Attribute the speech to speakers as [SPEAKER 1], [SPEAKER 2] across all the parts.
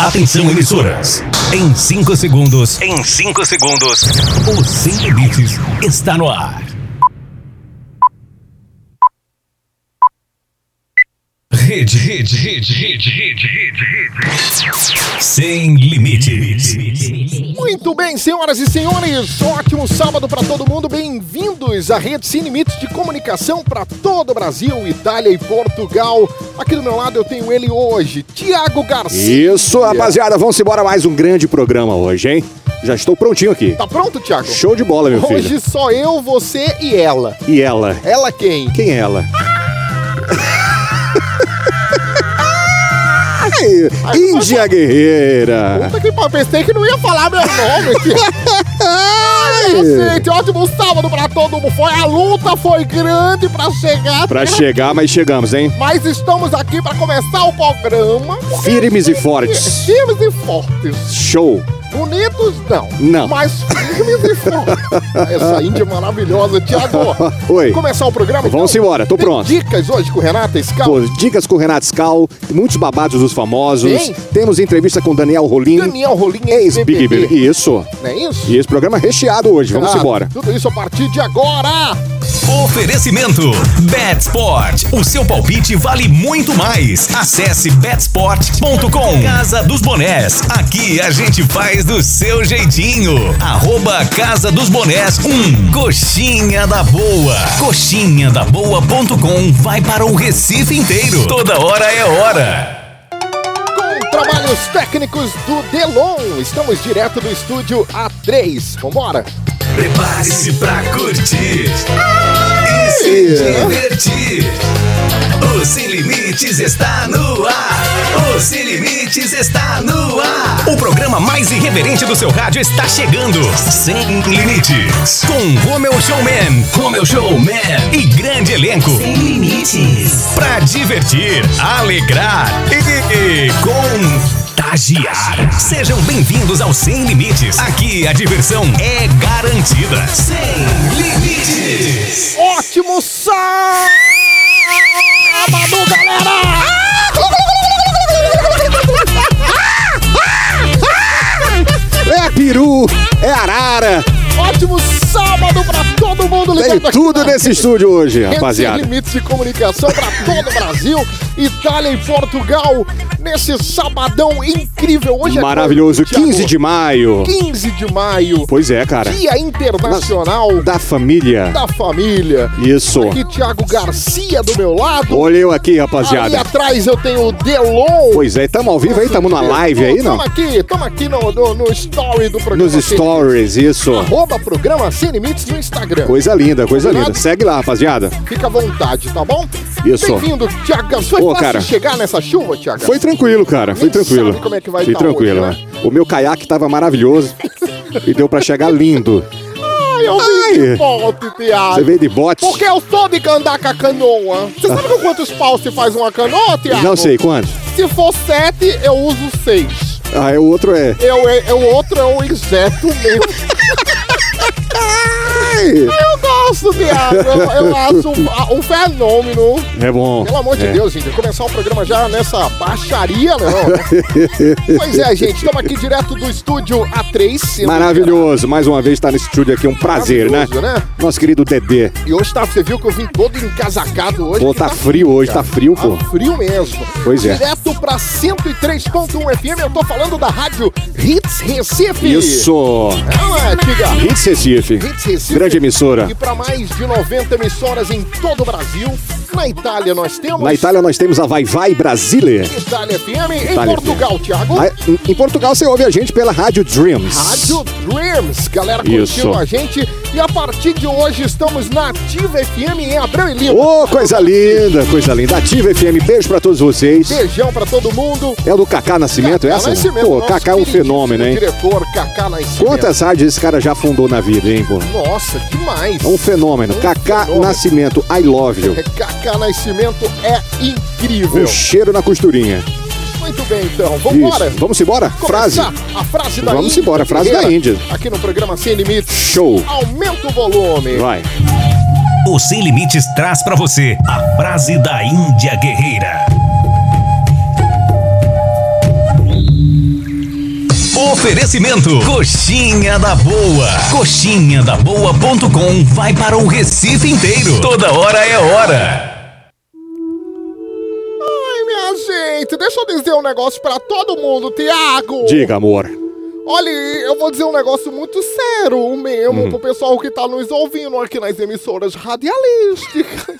[SPEAKER 1] Atenção emissoras. Em 5 segundos. Em 5 segundos. O Sem Limites está no ar. Rede, rede, rede, rede, rede, rede, rede. Sem limites.
[SPEAKER 2] Muito bem, senhoras e senhores, ótimo sábado para todo mundo. Bem-vindos à Rede Sem Limites de comunicação para todo o Brasil, Itália e Portugal. Aqui do meu lado eu tenho ele hoje, Tiago Garcia.
[SPEAKER 3] Isso, rapaziada, vamos embora mais um grande programa hoje, hein? Já estou prontinho aqui.
[SPEAKER 2] Tá pronto, Tiago?
[SPEAKER 3] Show de bola, meu filho.
[SPEAKER 2] Hoje só eu, você e ela.
[SPEAKER 3] E ela?
[SPEAKER 2] Ela quem?
[SPEAKER 3] Quem é ela? Ai, Índia Guerreira.
[SPEAKER 2] Puta que pariu, pensei que não ia falar meu nome.
[SPEAKER 3] Ai.
[SPEAKER 2] Gente, ótimo sábado para todo mundo. Foi a luta, foi grande para chegar.
[SPEAKER 3] Pra
[SPEAKER 2] até
[SPEAKER 3] chegar, mas chegamos, hein?
[SPEAKER 2] Mas estamos aqui para começar o programa.
[SPEAKER 3] Firmes e fortes.
[SPEAKER 2] Firmes e fortes.
[SPEAKER 3] Show.
[SPEAKER 2] Bonitos não.
[SPEAKER 3] Não.
[SPEAKER 2] Mas firmes e fortes. Essa índia maravilhosa. Tiago,
[SPEAKER 3] Oi.
[SPEAKER 2] começar o programa?
[SPEAKER 3] Vamos
[SPEAKER 2] então?
[SPEAKER 3] embora, tô
[SPEAKER 2] Tem
[SPEAKER 3] pronto.
[SPEAKER 2] dicas hoje com Renata Escala.
[SPEAKER 3] Pô, dicas com Renato Scal, muitos babados dos famosos.
[SPEAKER 2] Tem?
[SPEAKER 3] Temos entrevista com Daniel Rolim,
[SPEAKER 2] Daniel Rolim,
[SPEAKER 3] ex-Big
[SPEAKER 2] BBB.
[SPEAKER 3] Brother. Isso.
[SPEAKER 2] Não é isso?
[SPEAKER 3] E esse programa é recheado hoje, vamos
[SPEAKER 2] Claro.
[SPEAKER 3] embora.
[SPEAKER 2] Tudo isso a partir de agora.
[SPEAKER 1] Oferecimento Betsport. O seu palpite vale muito mais. Acesse betsport.com. Casa dos Bonés. Aqui a gente faz do seu jeitinho. Arroba Casa dos Bonés 1. Coxinha da Boa. Coxinha da Boa.com vai para o Recife inteiro. Toda hora é hora.
[SPEAKER 2] Com trabalhos técnicos do Delon. Estamos direto do estúdio A3. Vambora.
[SPEAKER 1] Prepare-se pra curtir. E se divertir. O Sem Limites está no ar. O Sem Limites está no ar. O programa mais irreverente do seu rádio está chegando. Sem Limites. Com Romeu Showman. Romeu Showman. E grande elenco. Sem Limites. Pra divertir, alegrar e, e contagiar. Sejam bem-vindos ao Sem Limites. Aqui a diversão é garantida. Sem Limites.
[SPEAKER 2] Ótimo sábado, galera!
[SPEAKER 3] É peru, é arara,
[SPEAKER 2] Ótimo sábado pra todo mundo
[SPEAKER 3] tem
[SPEAKER 2] ligado aqui
[SPEAKER 3] tudo
[SPEAKER 2] na
[SPEAKER 3] nesse
[SPEAKER 2] Rede
[SPEAKER 3] estúdio hoje,
[SPEAKER 2] Sem
[SPEAKER 3] rapaziada.
[SPEAKER 2] limites de comunicação pra todo o Brasil, Itália e Portugal, nesse sabadão incrível. Hoje é
[SPEAKER 3] Maravilhoso,
[SPEAKER 2] quando, Thiago?
[SPEAKER 3] 15 de maio.
[SPEAKER 2] 15 de maio,
[SPEAKER 3] Pois é, cara.
[SPEAKER 2] Dia Internacional
[SPEAKER 3] Da família.
[SPEAKER 2] da Família.
[SPEAKER 3] Isso.
[SPEAKER 2] Aqui, Thiago Garcia do meu lado.
[SPEAKER 3] Olha eu aqui,
[SPEAKER 2] Ali
[SPEAKER 3] rapaziada.
[SPEAKER 2] atrás eu tenho o Delon.
[SPEAKER 3] Pois é, tamo ao vivo aí, tamo na live aí, não?
[SPEAKER 2] Tamo aqui, tamo aqui no, no, no story do programa.
[SPEAKER 3] Nos stories, isso.
[SPEAKER 2] Arroba programa Sem Limites no Instagram.
[SPEAKER 3] Coisa linda, coisa linda. Segue lá, rapaziada.
[SPEAKER 2] Fica à vontade, tá bom?
[SPEAKER 3] Isso.
[SPEAKER 2] Bem-vindo, Thiago. Foi
[SPEAKER 3] Ô,
[SPEAKER 2] fácil
[SPEAKER 3] cara.
[SPEAKER 2] chegar nessa chuva, Thiago?
[SPEAKER 3] Foi tranquilo, cara, foi
[SPEAKER 2] Nem
[SPEAKER 3] tranquilo.
[SPEAKER 2] sabe como é que vai
[SPEAKER 3] Foi
[SPEAKER 2] tá
[SPEAKER 3] tranquilo,
[SPEAKER 2] hoje,
[SPEAKER 3] né? O meu caiaque tava maravilhoso e deu pra chegar lindo.
[SPEAKER 2] Ai, eu vim de
[SPEAKER 3] Ai.
[SPEAKER 2] volta, Thiago.
[SPEAKER 3] Você veio de bote?
[SPEAKER 2] Porque eu sou de andar com a canoa. Você sabe com quantos paus se faz uma canoa, Thiago?
[SPEAKER 3] Não sei quanto.
[SPEAKER 2] Se for sete, eu uso seis.
[SPEAKER 3] Ah, é, o outro é.
[SPEAKER 2] Eu, eu, o outro é um inseto mesmo.
[SPEAKER 3] Ai,
[SPEAKER 2] Eu gosto, Thiago. Eu, eu acho um, um fenômeno.
[SPEAKER 3] é bom.
[SPEAKER 2] Pelo amor de
[SPEAKER 3] É.
[SPEAKER 2] Deus, gente. Começar o programa já nessa baixaria, não. pois é, gente. Estamos aqui direto do estúdio A3.
[SPEAKER 3] Maravilhoso, mais uma vez estar nesse estúdio aqui, um prazer, né?
[SPEAKER 2] Maravilhoso, né?
[SPEAKER 3] Nosso querido Dedê.
[SPEAKER 2] E hoje tá, você viu que eu vim todo encasacado hoje.
[SPEAKER 3] Pô,
[SPEAKER 2] que
[SPEAKER 3] tá frio hoje, tá frio, pô.
[SPEAKER 2] Tá frio mesmo.
[SPEAKER 3] Pois é.
[SPEAKER 2] Direto pra 103.1 FM, um eu tô falando da rádio Hits Recife.
[SPEAKER 3] Isso!
[SPEAKER 2] Ah, tiga.
[SPEAKER 3] Hits Recife.
[SPEAKER 2] Hits Recife.
[SPEAKER 3] Grande emissora.
[SPEAKER 2] E pra mais de 90 emissoras em todo o Brasil. Na Itália nós temos...
[SPEAKER 3] Na Itália nós temos a Vai Vai Brasília.
[SPEAKER 2] Itália FM. Em
[SPEAKER 3] Itália
[SPEAKER 2] Portugal, Thiago.
[SPEAKER 3] Ah, em- Em Portugal você ouve a gente pela Rádio Dreams.
[SPEAKER 2] Rádio Dreams, galera
[SPEAKER 3] Isso.
[SPEAKER 2] curtindo a gente. E a partir de hoje estamos na Ativa FM em Abreu e Lima.
[SPEAKER 3] Ô, coisa linda, coisa linda. Ativa FM, beijo pra todos vocês.
[SPEAKER 2] Beijão pra todo mundo.
[SPEAKER 3] É do Cacá Nascimento
[SPEAKER 2] Cacá
[SPEAKER 3] essa?
[SPEAKER 2] Nascimento,
[SPEAKER 3] pô,
[SPEAKER 2] nosso
[SPEAKER 3] Cacá é um
[SPEAKER 2] queridíssimo
[SPEAKER 3] fenômeno, hein?
[SPEAKER 2] Diretor Cacá Nascimento.
[SPEAKER 3] Quantas rádios esse cara já fundou na vida, hein, pô?
[SPEAKER 2] Nossa, demais.
[SPEAKER 3] É um fenômeno.
[SPEAKER 2] Um
[SPEAKER 3] Cacá
[SPEAKER 2] fenômeno.
[SPEAKER 3] Nascimento, I love you.
[SPEAKER 2] É, Cacá Nascimento é incrível.
[SPEAKER 3] Um cheiro na costurinha.
[SPEAKER 2] Muito bem, então. Vambora.
[SPEAKER 3] Isso. Vamos embora? Frase.
[SPEAKER 2] Começar A frase da
[SPEAKER 3] Vamos
[SPEAKER 2] Índia.
[SPEAKER 3] embora, a frase da
[SPEAKER 2] Guerreira,
[SPEAKER 3] Índia.
[SPEAKER 2] Aqui no programa Sem Limites.
[SPEAKER 3] Show.
[SPEAKER 2] Aumenta o volume.
[SPEAKER 3] Vai.
[SPEAKER 1] O Sem Limites traz pra você a frase da Índia Guerreira. Oferecimento Coxinha da Boa. Coxinha da Boa.com vai para o Recife inteiro. Toda hora é hora.
[SPEAKER 2] Ai, minha gente, deixa eu dizer um negócio pra todo mundo, Tiago.
[SPEAKER 3] Diga, amor.
[SPEAKER 2] Olha, eu vou dizer um negócio muito sério mesmo
[SPEAKER 3] Hum.
[SPEAKER 2] pro pessoal que tá nos ouvindo aqui nas emissoras radialísticas,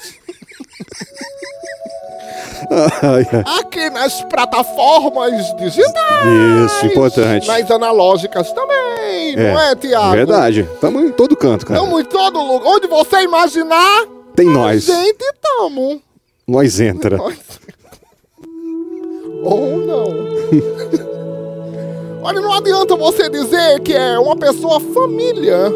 [SPEAKER 3] Ai, ai.
[SPEAKER 2] aqui nas plataformas digitais.
[SPEAKER 3] Isso, importante.
[SPEAKER 2] Nas analógicas também, não é, Tiago?
[SPEAKER 3] Verdade. Tamo em todo canto, cara.
[SPEAKER 2] Tamo em todo lugar. Onde você imaginar,
[SPEAKER 3] Tem nós.
[SPEAKER 2] gente, tamo.
[SPEAKER 3] Nós entra.
[SPEAKER 2] Ou não. Olha, não adianta você dizer que é uma pessoa família.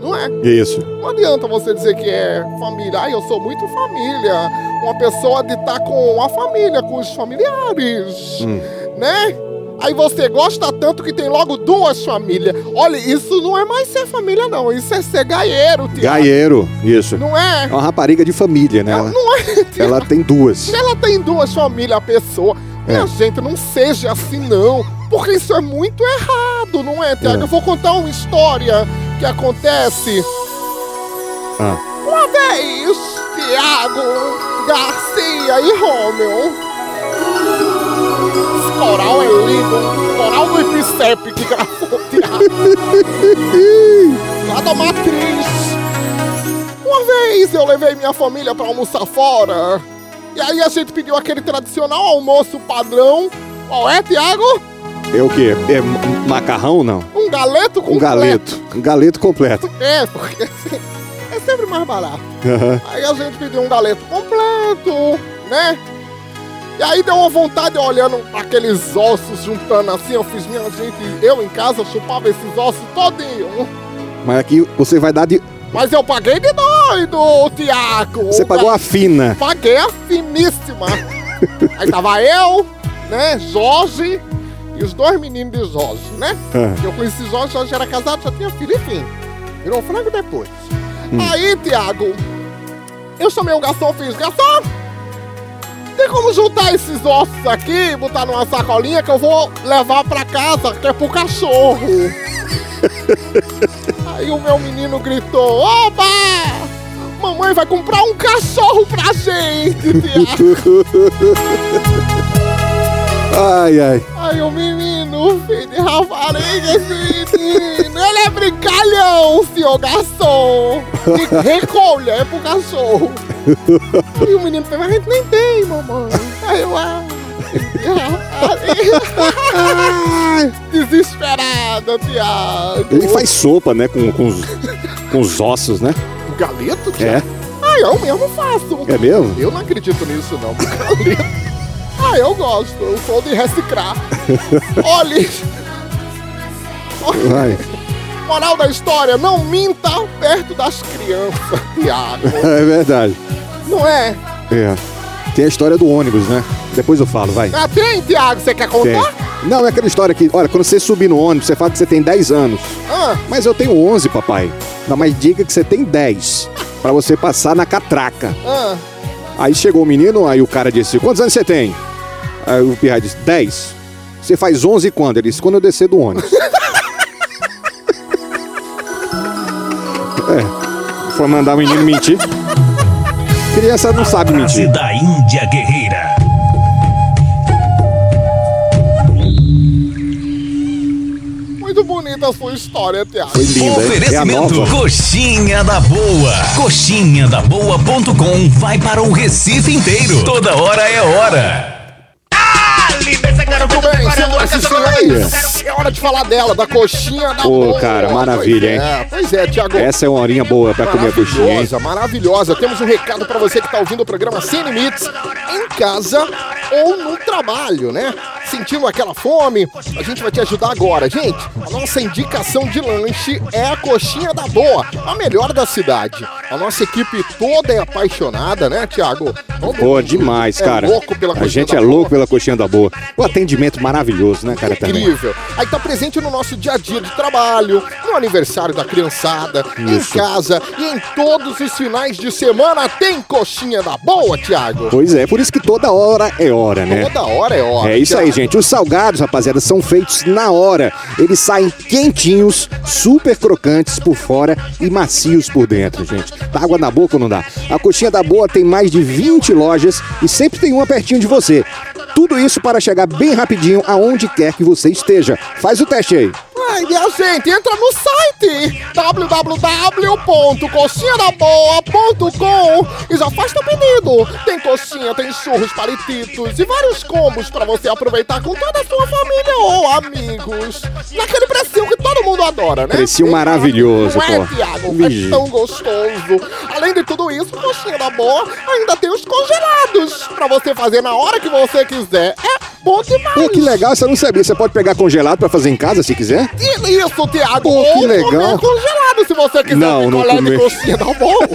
[SPEAKER 2] Não é?
[SPEAKER 3] Isso.
[SPEAKER 2] Não adianta você dizer que é família. Ai, eu sou muito família. Uma pessoa de estar com a família, com os familiares.
[SPEAKER 3] Hum.
[SPEAKER 2] Né? Aí você gosta tanto que tem logo duas famílias. Olha, isso não é mais ser família, não. Isso é ser gaieiro, Tiago.
[SPEAKER 3] Gaieiro. Isso.
[SPEAKER 2] Não é?
[SPEAKER 3] É uma rapariga de família, né? Ela,
[SPEAKER 2] Não é, Tiago?
[SPEAKER 3] ela tem duas.
[SPEAKER 2] Se ela tem duas famílias, a pessoa. Minha gente, não seja assim não, porque isso é muito errado, não é, Tiago?
[SPEAKER 3] É.
[SPEAKER 2] Eu vou contar uma história que acontece
[SPEAKER 3] Ah.
[SPEAKER 2] uma vez, Tiago Garcia e Romeu. Esse coral é lindo, coral do Epicep que gravou, Tiago. Lá da Matriz. Uma vez eu levei minha família pra almoçar fora. E aí a gente pediu aquele tradicional almoço padrão. Qual é, Tiago?
[SPEAKER 3] É o quê? É m- macarrão ou não?
[SPEAKER 2] Um galeto com
[SPEAKER 3] Um galeto. Um galeto completo.
[SPEAKER 2] É, porque é sempre mais barato.
[SPEAKER 3] Aham.
[SPEAKER 2] Aí a gente pediu um galeto completo, né? E aí deu uma vontade olhando aqueles ossos juntando assim, eu fiz minha gente, eu em casa chupava esses ossos todinho.
[SPEAKER 3] Mas aqui você vai dar de.
[SPEAKER 2] Mas eu paguei de doido, Um Tiago.
[SPEAKER 3] Você pagou a fina.
[SPEAKER 2] Paguei a finíssima. Aí tava eu, né, Jorge e os dois meninos de Jorge, né?
[SPEAKER 3] Ah.
[SPEAKER 2] Eu conheci Jorge, Jorge era casado, já tinha filho, enfim. Virou um frango depois. Aí, Tiago, eu chamei o garçom e fiz, garçom, tem como juntar esses ossos aqui e botar numa sacolinha que eu vou levar pra casa, que é pro cachorro. Aí o meu menino gritou, oba! Mamãe vai comprar um cachorro pra gente, Tiago.
[SPEAKER 3] Ai, ai.
[SPEAKER 2] Ai, o menino, filho de rapariga, esse menino. Ele é brincalhão, senhor garçom. De- Recolha, é pro cachorro. E o menino falou, mas a gente nem tem, mamãe. Aí eu, ah, filho de rapariga. Desesperada, Tiago.
[SPEAKER 3] Ele faz sopa, né? Com, com, os, com os ossos, né?
[SPEAKER 2] Um galeto,
[SPEAKER 3] É.
[SPEAKER 2] Tiago? Ah, eu mesmo faço.
[SPEAKER 3] É mesmo?
[SPEAKER 2] Eu não acredito nisso, não. Galeto. Ah, eu gosto. Eu sou de reciclar. Olha...
[SPEAKER 3] Ai.
[SPEAKER 2] Moral da história, não minta perto das crianças, Tiago.
[SPEAKER 3] É verdade.
[SPEAKER 2] Não é?
[SPEAKER 3] É. Tem a história do ônibus, né? Depois eu falo, vai.
[SPEAKER 2] Ah, tem, Tiago? Você quer
[SPEAKER 3] Tem.
[SPEAKER 2] contar?
[SPEAKER 3] Não, é aquela história que, olha, quando você subir no ônibus, você fala que você tem 10 anos.
[SPEAKER 2] Ah,
[SPEAKER 3] Mas eu tenho 11, papai. Não, mas diga que você tem 10 pra você passar na catraca.
[SPEAKER 2] ah.
[SPEAKER 3] Aí chegou o menino, aí o cara disse: Quantos anos você tem? Aí o pirra disse: 10. Você faz 11 quando? Ele disse: Quando eu descer do ônibus. é. Foi mandar o menino mentir. Criança não sabe
[SPEAKER 1] Frase
[SPEAKER 3] mentir.
[SPEAKER 1] da Índia Guerreira.
[SPEAKER 2] Muito bonita a sua história, Tiago.
[SPEAKER 3] Foi linda, hein? É a
[SPEAKER 1] Oferecimento
[SPEAKER 3] nova.
[SPEAKER 1] Coxinha da Boa. Coxinha da Boa.com vai para o Recife inteiro. Toda hora é hora.
[SPEAKER 2] Muito bem, senhoras e senhores. É hora de falar dela, da coxinha da
[SPEAKER 3] Ô,
[SPEAKER 2] boa.
[SPEAKER 3] cara, maravilha, hein?
[SPEAKER 2] É, pois é, Tiago.
[SPEAKER 3] Essa é uma horinha boa pra comer a buchinha, hein?
[SPEAKER 2] Maravilhosa, maravilhosa. Temos um recado pra você que tá ouvindo o programa Sem Limites, em casa ou no trabalho, né? Sentindo aquela fome? A gente vai te ajudar agora. Gente, a nossa indicação de lanche é a coxinha da boa, a melhor da cidade. A nossa equipe toda é apaixonada, né, Tiago?
[SPEAKER 3] Pô, demais,
[SPEAKER 2] É
[SPEAKER 3] cara.
[SPEAKER 2] louco pela
[SPEAKER 3] a
[SPEAKER 2] coxinha
[SPEAKER 3] gente
[SPEAKER 2] da
[SPEAKER 3] é
[SPEAKER 2] boa.
[SPEAKER 3] louco pela coxinha da boa. O atendimento maravilhoso, né, cara? Também.
[SPEAKER 2] Incrível. Aí tá presente no nosso dia a dia de trabalho, no aniversário da criançada,
[SPEAKER 3] Isso.
[SPEAKER 2] em casa e em todos os finais de semana tem coxinha da boa, Thiago.
[SPEAKER 3] Pois é, por isso que toda hora é hora, né?
[SPEAKER 2] Toda hora é hora.
[SPEAKER 3] É isso aí,
[SPEAKER 2] Thiago.
[SPEAKER 3] gente. Os salgados, rapaziada, são feitos na hora. Eles saem quentinhos, super crocantes por fora e macios por dentro, gente. Dá água na boca ou não dá? A coxinha da boa tem mais de 20 lojas e sempre tem uma pertinho de você. Tudo isso para chegar bem rapidinho aonde quer que você esteja. Faz o teste aí.
[SPEAKER 2] Ai, minha gente, entra no site www.coxinhadaboa.com e já faz teu pedido. Tem coxinha, tem churros, paletitos e vários combos pra você aproveitar com toda a sua família ou amigos. Naquele precinho que todo mundo adora, né?
[SPEAKER 3] Precinho maravilhoso,
[SPEAKER 2] Não é,
[SPEAKER 3] pô.
[SPEAKER 2] Thiago?
[SPEAKER 3] Vixe.
[SPEAKER 2] É tão gostoso. Além de tudo isso, coxinha da boa ainda tem os congelados pra você fazer na hora que você quiser. É bom demais.
[SPEAKER 3] Pô, que legal, você não sabia. Você pode pegar congelado pra fazer em casa se quiser?
[SPEAKER 2] E Isso, Thiago.
[SPEAKER 3] Pô, que
[SPEAKER 2] Ou
[SPEAKER 3] legal.
[SPEAKER 2] comer congelado, se você quiser
[SPEAKER 3] Não, não
[SPEAKER 2] picolé
[SPEAKER 3] comer.
[SPEAKER 2] de coxinha da boa.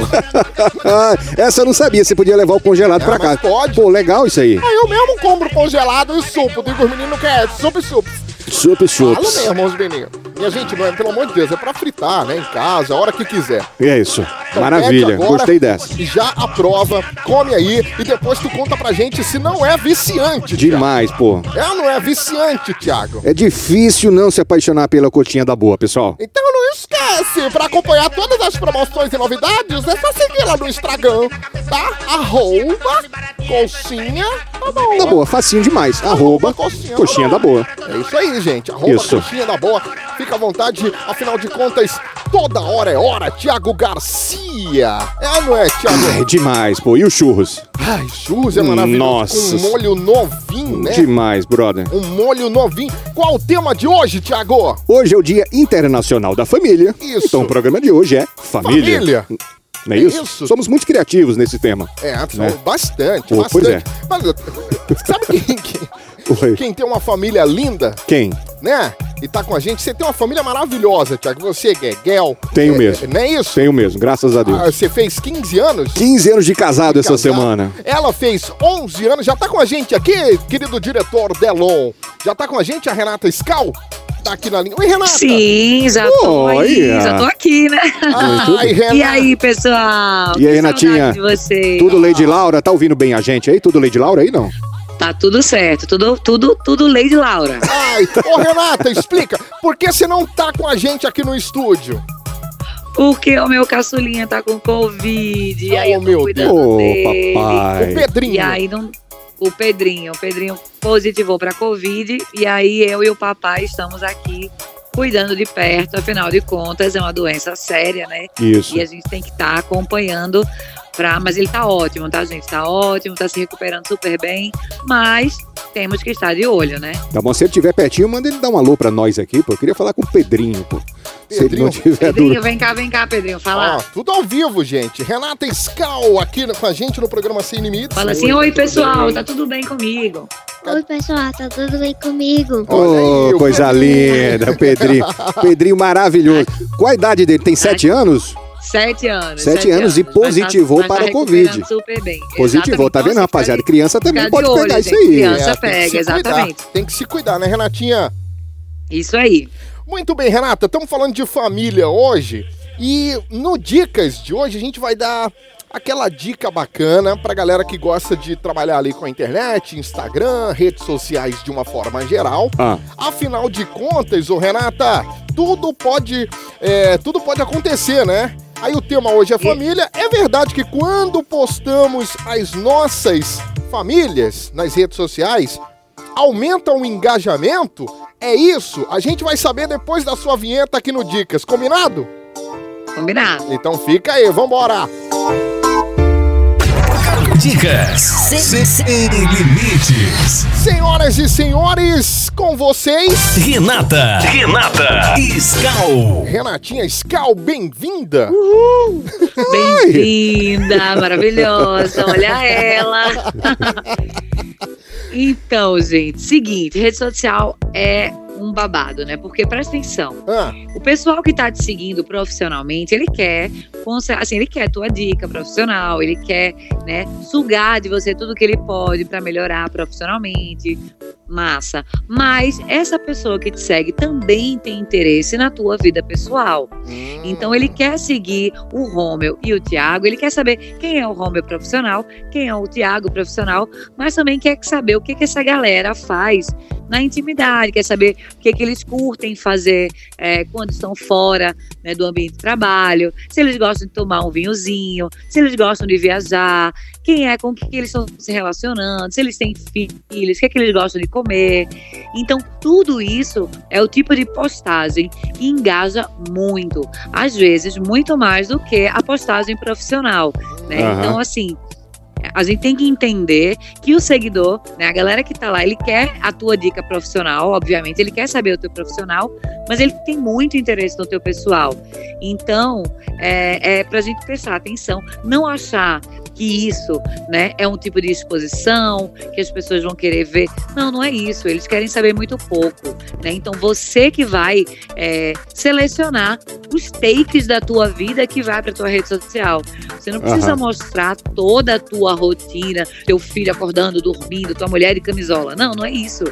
[SPEAKER 3] Ah, essa eu não sabia. Você podia levar o congelado
[SPEAKER 2] É,
[SPEAKER 3] pra
[SPEAKER 2] mas
[SPEAKER 3] casa.
[SPEAKER 2] pode.
[SPEAKER 3] Pô, legal isso aí.
[SPEAKER 2] Aí eu mesmo compro congelado e supo. Digo, os meninos que é sup, sup.
[SPEAKER 3] Chup, chup.
[SPEAKER 2] Fala mesmo, os meninos. Minha gente, não é, pelo amor de Deus, é pra fritar, né? Em casa, a hora que quiser.
[SPEAKER 3] E é isso.
[SPEAKER 2] Então,
[SPEAKER 3] Maravilha.
[SPEAKER 2] pede agora,
[SPEAKER 3] Gostei dessa.
[SPEAKER 2] e Já aprova, come aí e depois tu conta pra gente se não é viciante.
[SPEAKER 3] Demais, pô.
[SPEAKER 2] Thiago. É ou não é viciante, Thiago?
[SPEAKER 3] É difícil não se apaixonar pela cotinha da boa, pessoal.
[SPEAKER 2] Então não esquece, pra acompanhar todas as promoções e novidades, é só seguir lá no Instagram, tá? Arroba, coxinha, tá bom.
[SPEAKER 3] Da boa, facinho demais. Arroba
[SPEAKER 2] coxinha da
[SPEAKER 3] coxinha da boa.
[SPEAKER 2] É isso aí, gente. Arroba
[SPEAKER 3] Isso.
[SPEAKER 2] coxinha da boa. Fica à vontade, afinal de contas, toda hora é hora. Tiago Garcia. É ou não é,
[SPEAKER 3] É
[SPEAKER 2] Tiago?
[SPEAKER 3] demais, pô. E os churros?
[SPEAKER 2] Ai, Jus é maravilhoso.
[SPEAKER 3] Nossa.
[SPEAKER 2] Com um molho novinho, né?
[SPEAKER 3] Demais, brother.
[SPEAKER 2] Um molho novinho. Qual o tema de hoje, Tiago?
[SPEAKER 3] Hoje é o Dia Internacional da Família.
[SPEAKER 2] Isso.
[SPEAKER 3] Então o programa de hoje é Família.
[SPEAKER 2] Família.
[SPEAKER 3] Não é isso?
[SPEAKER 2] Isso.
[SPEAKER 3] Somos muito criativos nesse tema.
[SPEAKER 2] É, são
[SPEAKER 3] Né?
[SPEAKER 2] bastante,
[SPEAKER 3] Pô,
[SPEAKER 2] bastante.
[SPEAKER 3] pois é.
[SPEAKER 2] Mas, sabe quem, quem-
[SPEAKER 3] Oi.
[SPEAKER 2] quem tem uma família linda,
[SPEAKER 3] Quem?
[SPEAKER 2] né? E tá com a gente. Você tem uma família maravilhosa, Tiago. Você, Gegel.
[SPEAKER 3] Tenho
[SPEAKER 2] é,
[SPEAKER 3] mesmo.
[SPEAKER 2] Não é isso?
[SPEAKER 3] Tenho mesmo, graças a Deus.
[SPEAKER 2] Ah, você fez 15 anos?
[SPEAKER 3] 15 anos de casado essa
[SPEAKER 2] casado.
[SPEAKER 3] semana.
[SPEAKER 2] Ela fez 11 anos, já tá com a gente aqui, querido diretor Delon. Já tá com a gente a Renata Scal? Tá aqui na linha. Oi, Renata.
[SPEAKER 4] Sim, já tô aí,
[SPEAKER 3] Olha. É, né?
[SPEAKER 4] já tô aqui, né?
[SPEAKER 2] Ai, Renata.
[SPEAKER 4] E aí, pessoal?
[SPEAKER 3] E aí,
[SPEAKER 4] Que saudade
[SPEAKER 3] Renatinha?
[SPEAKER 4] De vocês.
[SPEAKER 3] Tudo Lady Laura, tá ouvindo bem a gente aí? Tudo Lady Laura aí, não?
[SPEAKER 4] Tá tudo certo, tudo, tudo, tudo Lady Laura.
[SPEAKER 2] Ai, ô Renata, explica, por que você não tá com a gente aqui no estúdio?
[SPEAKER 4] Porque o meu caçulinha tá com Covid, e aí
[SPEAKER 2] Oh,
[SPEAKER 4] eu tô
[SPEAKER 2] meu
[SPEAKER 4] cuidando
[SPEAKER 3] Ô,
[SPEAKER 4] dele.
[SPEAKER 2] O
[SPEAKER 3] papai.
[SPEAKER 2] Pedrinho.
[SPEAKER 4] E aí não... O Pedrinho, o Pedrinho positivou pra Covid, e aí eu e o papai estamos aqui cuidando de perto, afinal de contas é uma doença séria, né?
[SPEAKER 3] Isso.
[SPEAKER 4] E a gente tem que estar acompanhando pra. Mas ele tá ótimo, tá, gente? Tá ótimo, tá se recuperando super bem. Mas temos que estar de olho, né?
[SPEAKER 3] Tá bom, se ele estiver pertinho, manda ele dar um alô pra nós aqui, pô. Eu queria falar com o Pedrinho, pô. Se ele não
[SPEAKER 2] Pedrinho.
[SPEAKER 3] tiver
[SPEAKER 4] Pedrinho,
[SPEAKER 3] É duro.
[SPEAKER 4] vem cá, vem cá, Pedrinho. Fala.
[SPEAKER 2] Ó, Ah, tudo ao vivo, gente. Renata Scal aqui no- com a gente no programa Sem Limites.
[SPEAKER 4] Fala assim, oi pessoal, tá tudo bem comigo?
[SPEAKER 5] Oi, pessoal, tá tudo bem comigo?
[SPEAKER 2] Olha aí,
[SPEAKER 3] Ô,
[SPEAKER 2] o
[SPEAKER 3] coisa linda, Pedrinho. Pedrinho maravilhoso. Qual a idade dele? Tem sete anos?
[SPEAKER 4] Sete anos.
[SPEAKER 3] Sete anos e
[SPEAKER 4] mas tá-
[SPEAKER 3] positivou
[SPEAKER 4] mas tá
[SPEAKER 3] para o
[SPEAKER 4] recuperando
[SPEAKER 3] Covid.
[SPEAKER 4] Super bem.
[SPEAKER 3] Positivo,
[SPEAKER 4] Exatamente. Então,
[SPEAKER 3] tá vendo,
[SPEAKER 4] Nossa,
[SPEAKER 3] rapaziada?
[SPEAKER 4] fica de-
[SPEAKER 3] Criança também
[SPEAKER 4] de
[SPEAKER 3] pode
[SPEAKER 4] olho,
[SPEAKER 3] pegar isso
[SPEAKER 4] gente,
[SPEAKER 3] aí.
[SPEAKER 4] criança.
[SPEAKER 2] É, tem que
[SPEAKER 4] pega,
[SPEAKER 2] se
[SPEAKER 4] exatamente.
[SPEAKER 2] cuidar. Tem que se cuidar, né, Renatinha?
[SPEAKER 4] Isso aí.
[SPEAKER 2] Muito bem, Renata, estamos falando de família hoje e no Dicas de hoje a gente vai dar aquela dica bacana pra galera que gosta de trabalhar ali com a internet, Instagram, redes sociais de uma forma geral.
[SPEAKER 3] Ah,
[SPEAKER 2] Afinal de contas, ô Renata, tudo pode, é, tudo pode acontecer, né? Aí o tema hoje é família. É verdade que quando postamos as nossas famílias nas redes sociais, aumenta o engajamento? É isso? A gente vai saber depois da sua vinheta aqui no Dicas, combinado?
[SPEAKER 4] Combinado.
[SPEAKER 2] Então fica aí, vambora!
[SPEAKER 1] Dicas sem, limites.
[SPEAKER 2] Senhoras e senhores, com vocês,
[SPEAKER 1] Renata. Renata. Escal.
[SPEAKER 2] Renatinha Scal, bem-vinda!
[SPEAKER 4] Bem-vinda, maravilhosa, olha ela. então, gente, seguinte, rede social é um babado, né? Porque presta atenção,
[SPEAKER 2] Ah,
[SPEAKER 4] o pessoal que tá te seguindo profissionalmente, ele quer, conse- assim, ele quer tua dica profissional, ele quer, né, sugar de você tudo que ele pode para melhorar profissionalmente. massa. Mas essa pessoa que te segue também tem interesse na tua vida pessoal. Então ele quer seguir o Romeu e o Tiago, ele quer saber quem é o Romeu profissional, quem é o Tiago profissional, mas também quer saber o que, que essa galera faz na intimidade, quer saber o que, que eles curtem fazer é, quando estão fora né, do ambiente de trabalho, se eles gostam de tomar um vinhozinho, se eles gostam de viajar, quem é com que eles estão se relacionando, se eles têm filhos, o que, é que eles gostam de comer. Então, tudo isso é o tipo de postagem que engaja muito, às vezes muito mais do que a postagem profissional. Né?
[SPEAKER 3] Aham.
[SPEAKER 4] Então, assim, a gente tem que entender que o seguidor, né, a galera que tá lá, ele quer a tua dica profissional, obviamente, ele quer saber o teu profissional, mas ele tem muito interesse no teu pessoal. Então, é, é pra gente prestar atenção, não achar que isso, né, é um tipo de exposição, que as pessoas vão querer ver. Não, não é isso, eles querem saber muito pouco, né? Então, você que vai é, selecionar os takes da tua vida que vai pra tua rede social. Você não precisa
[SPEAKER 3] Aham.
[SPEAKER 4] mostrar toda a tua rotina, teu filho acordando, dormindo, tua mulher de camisola. Não, não é isso.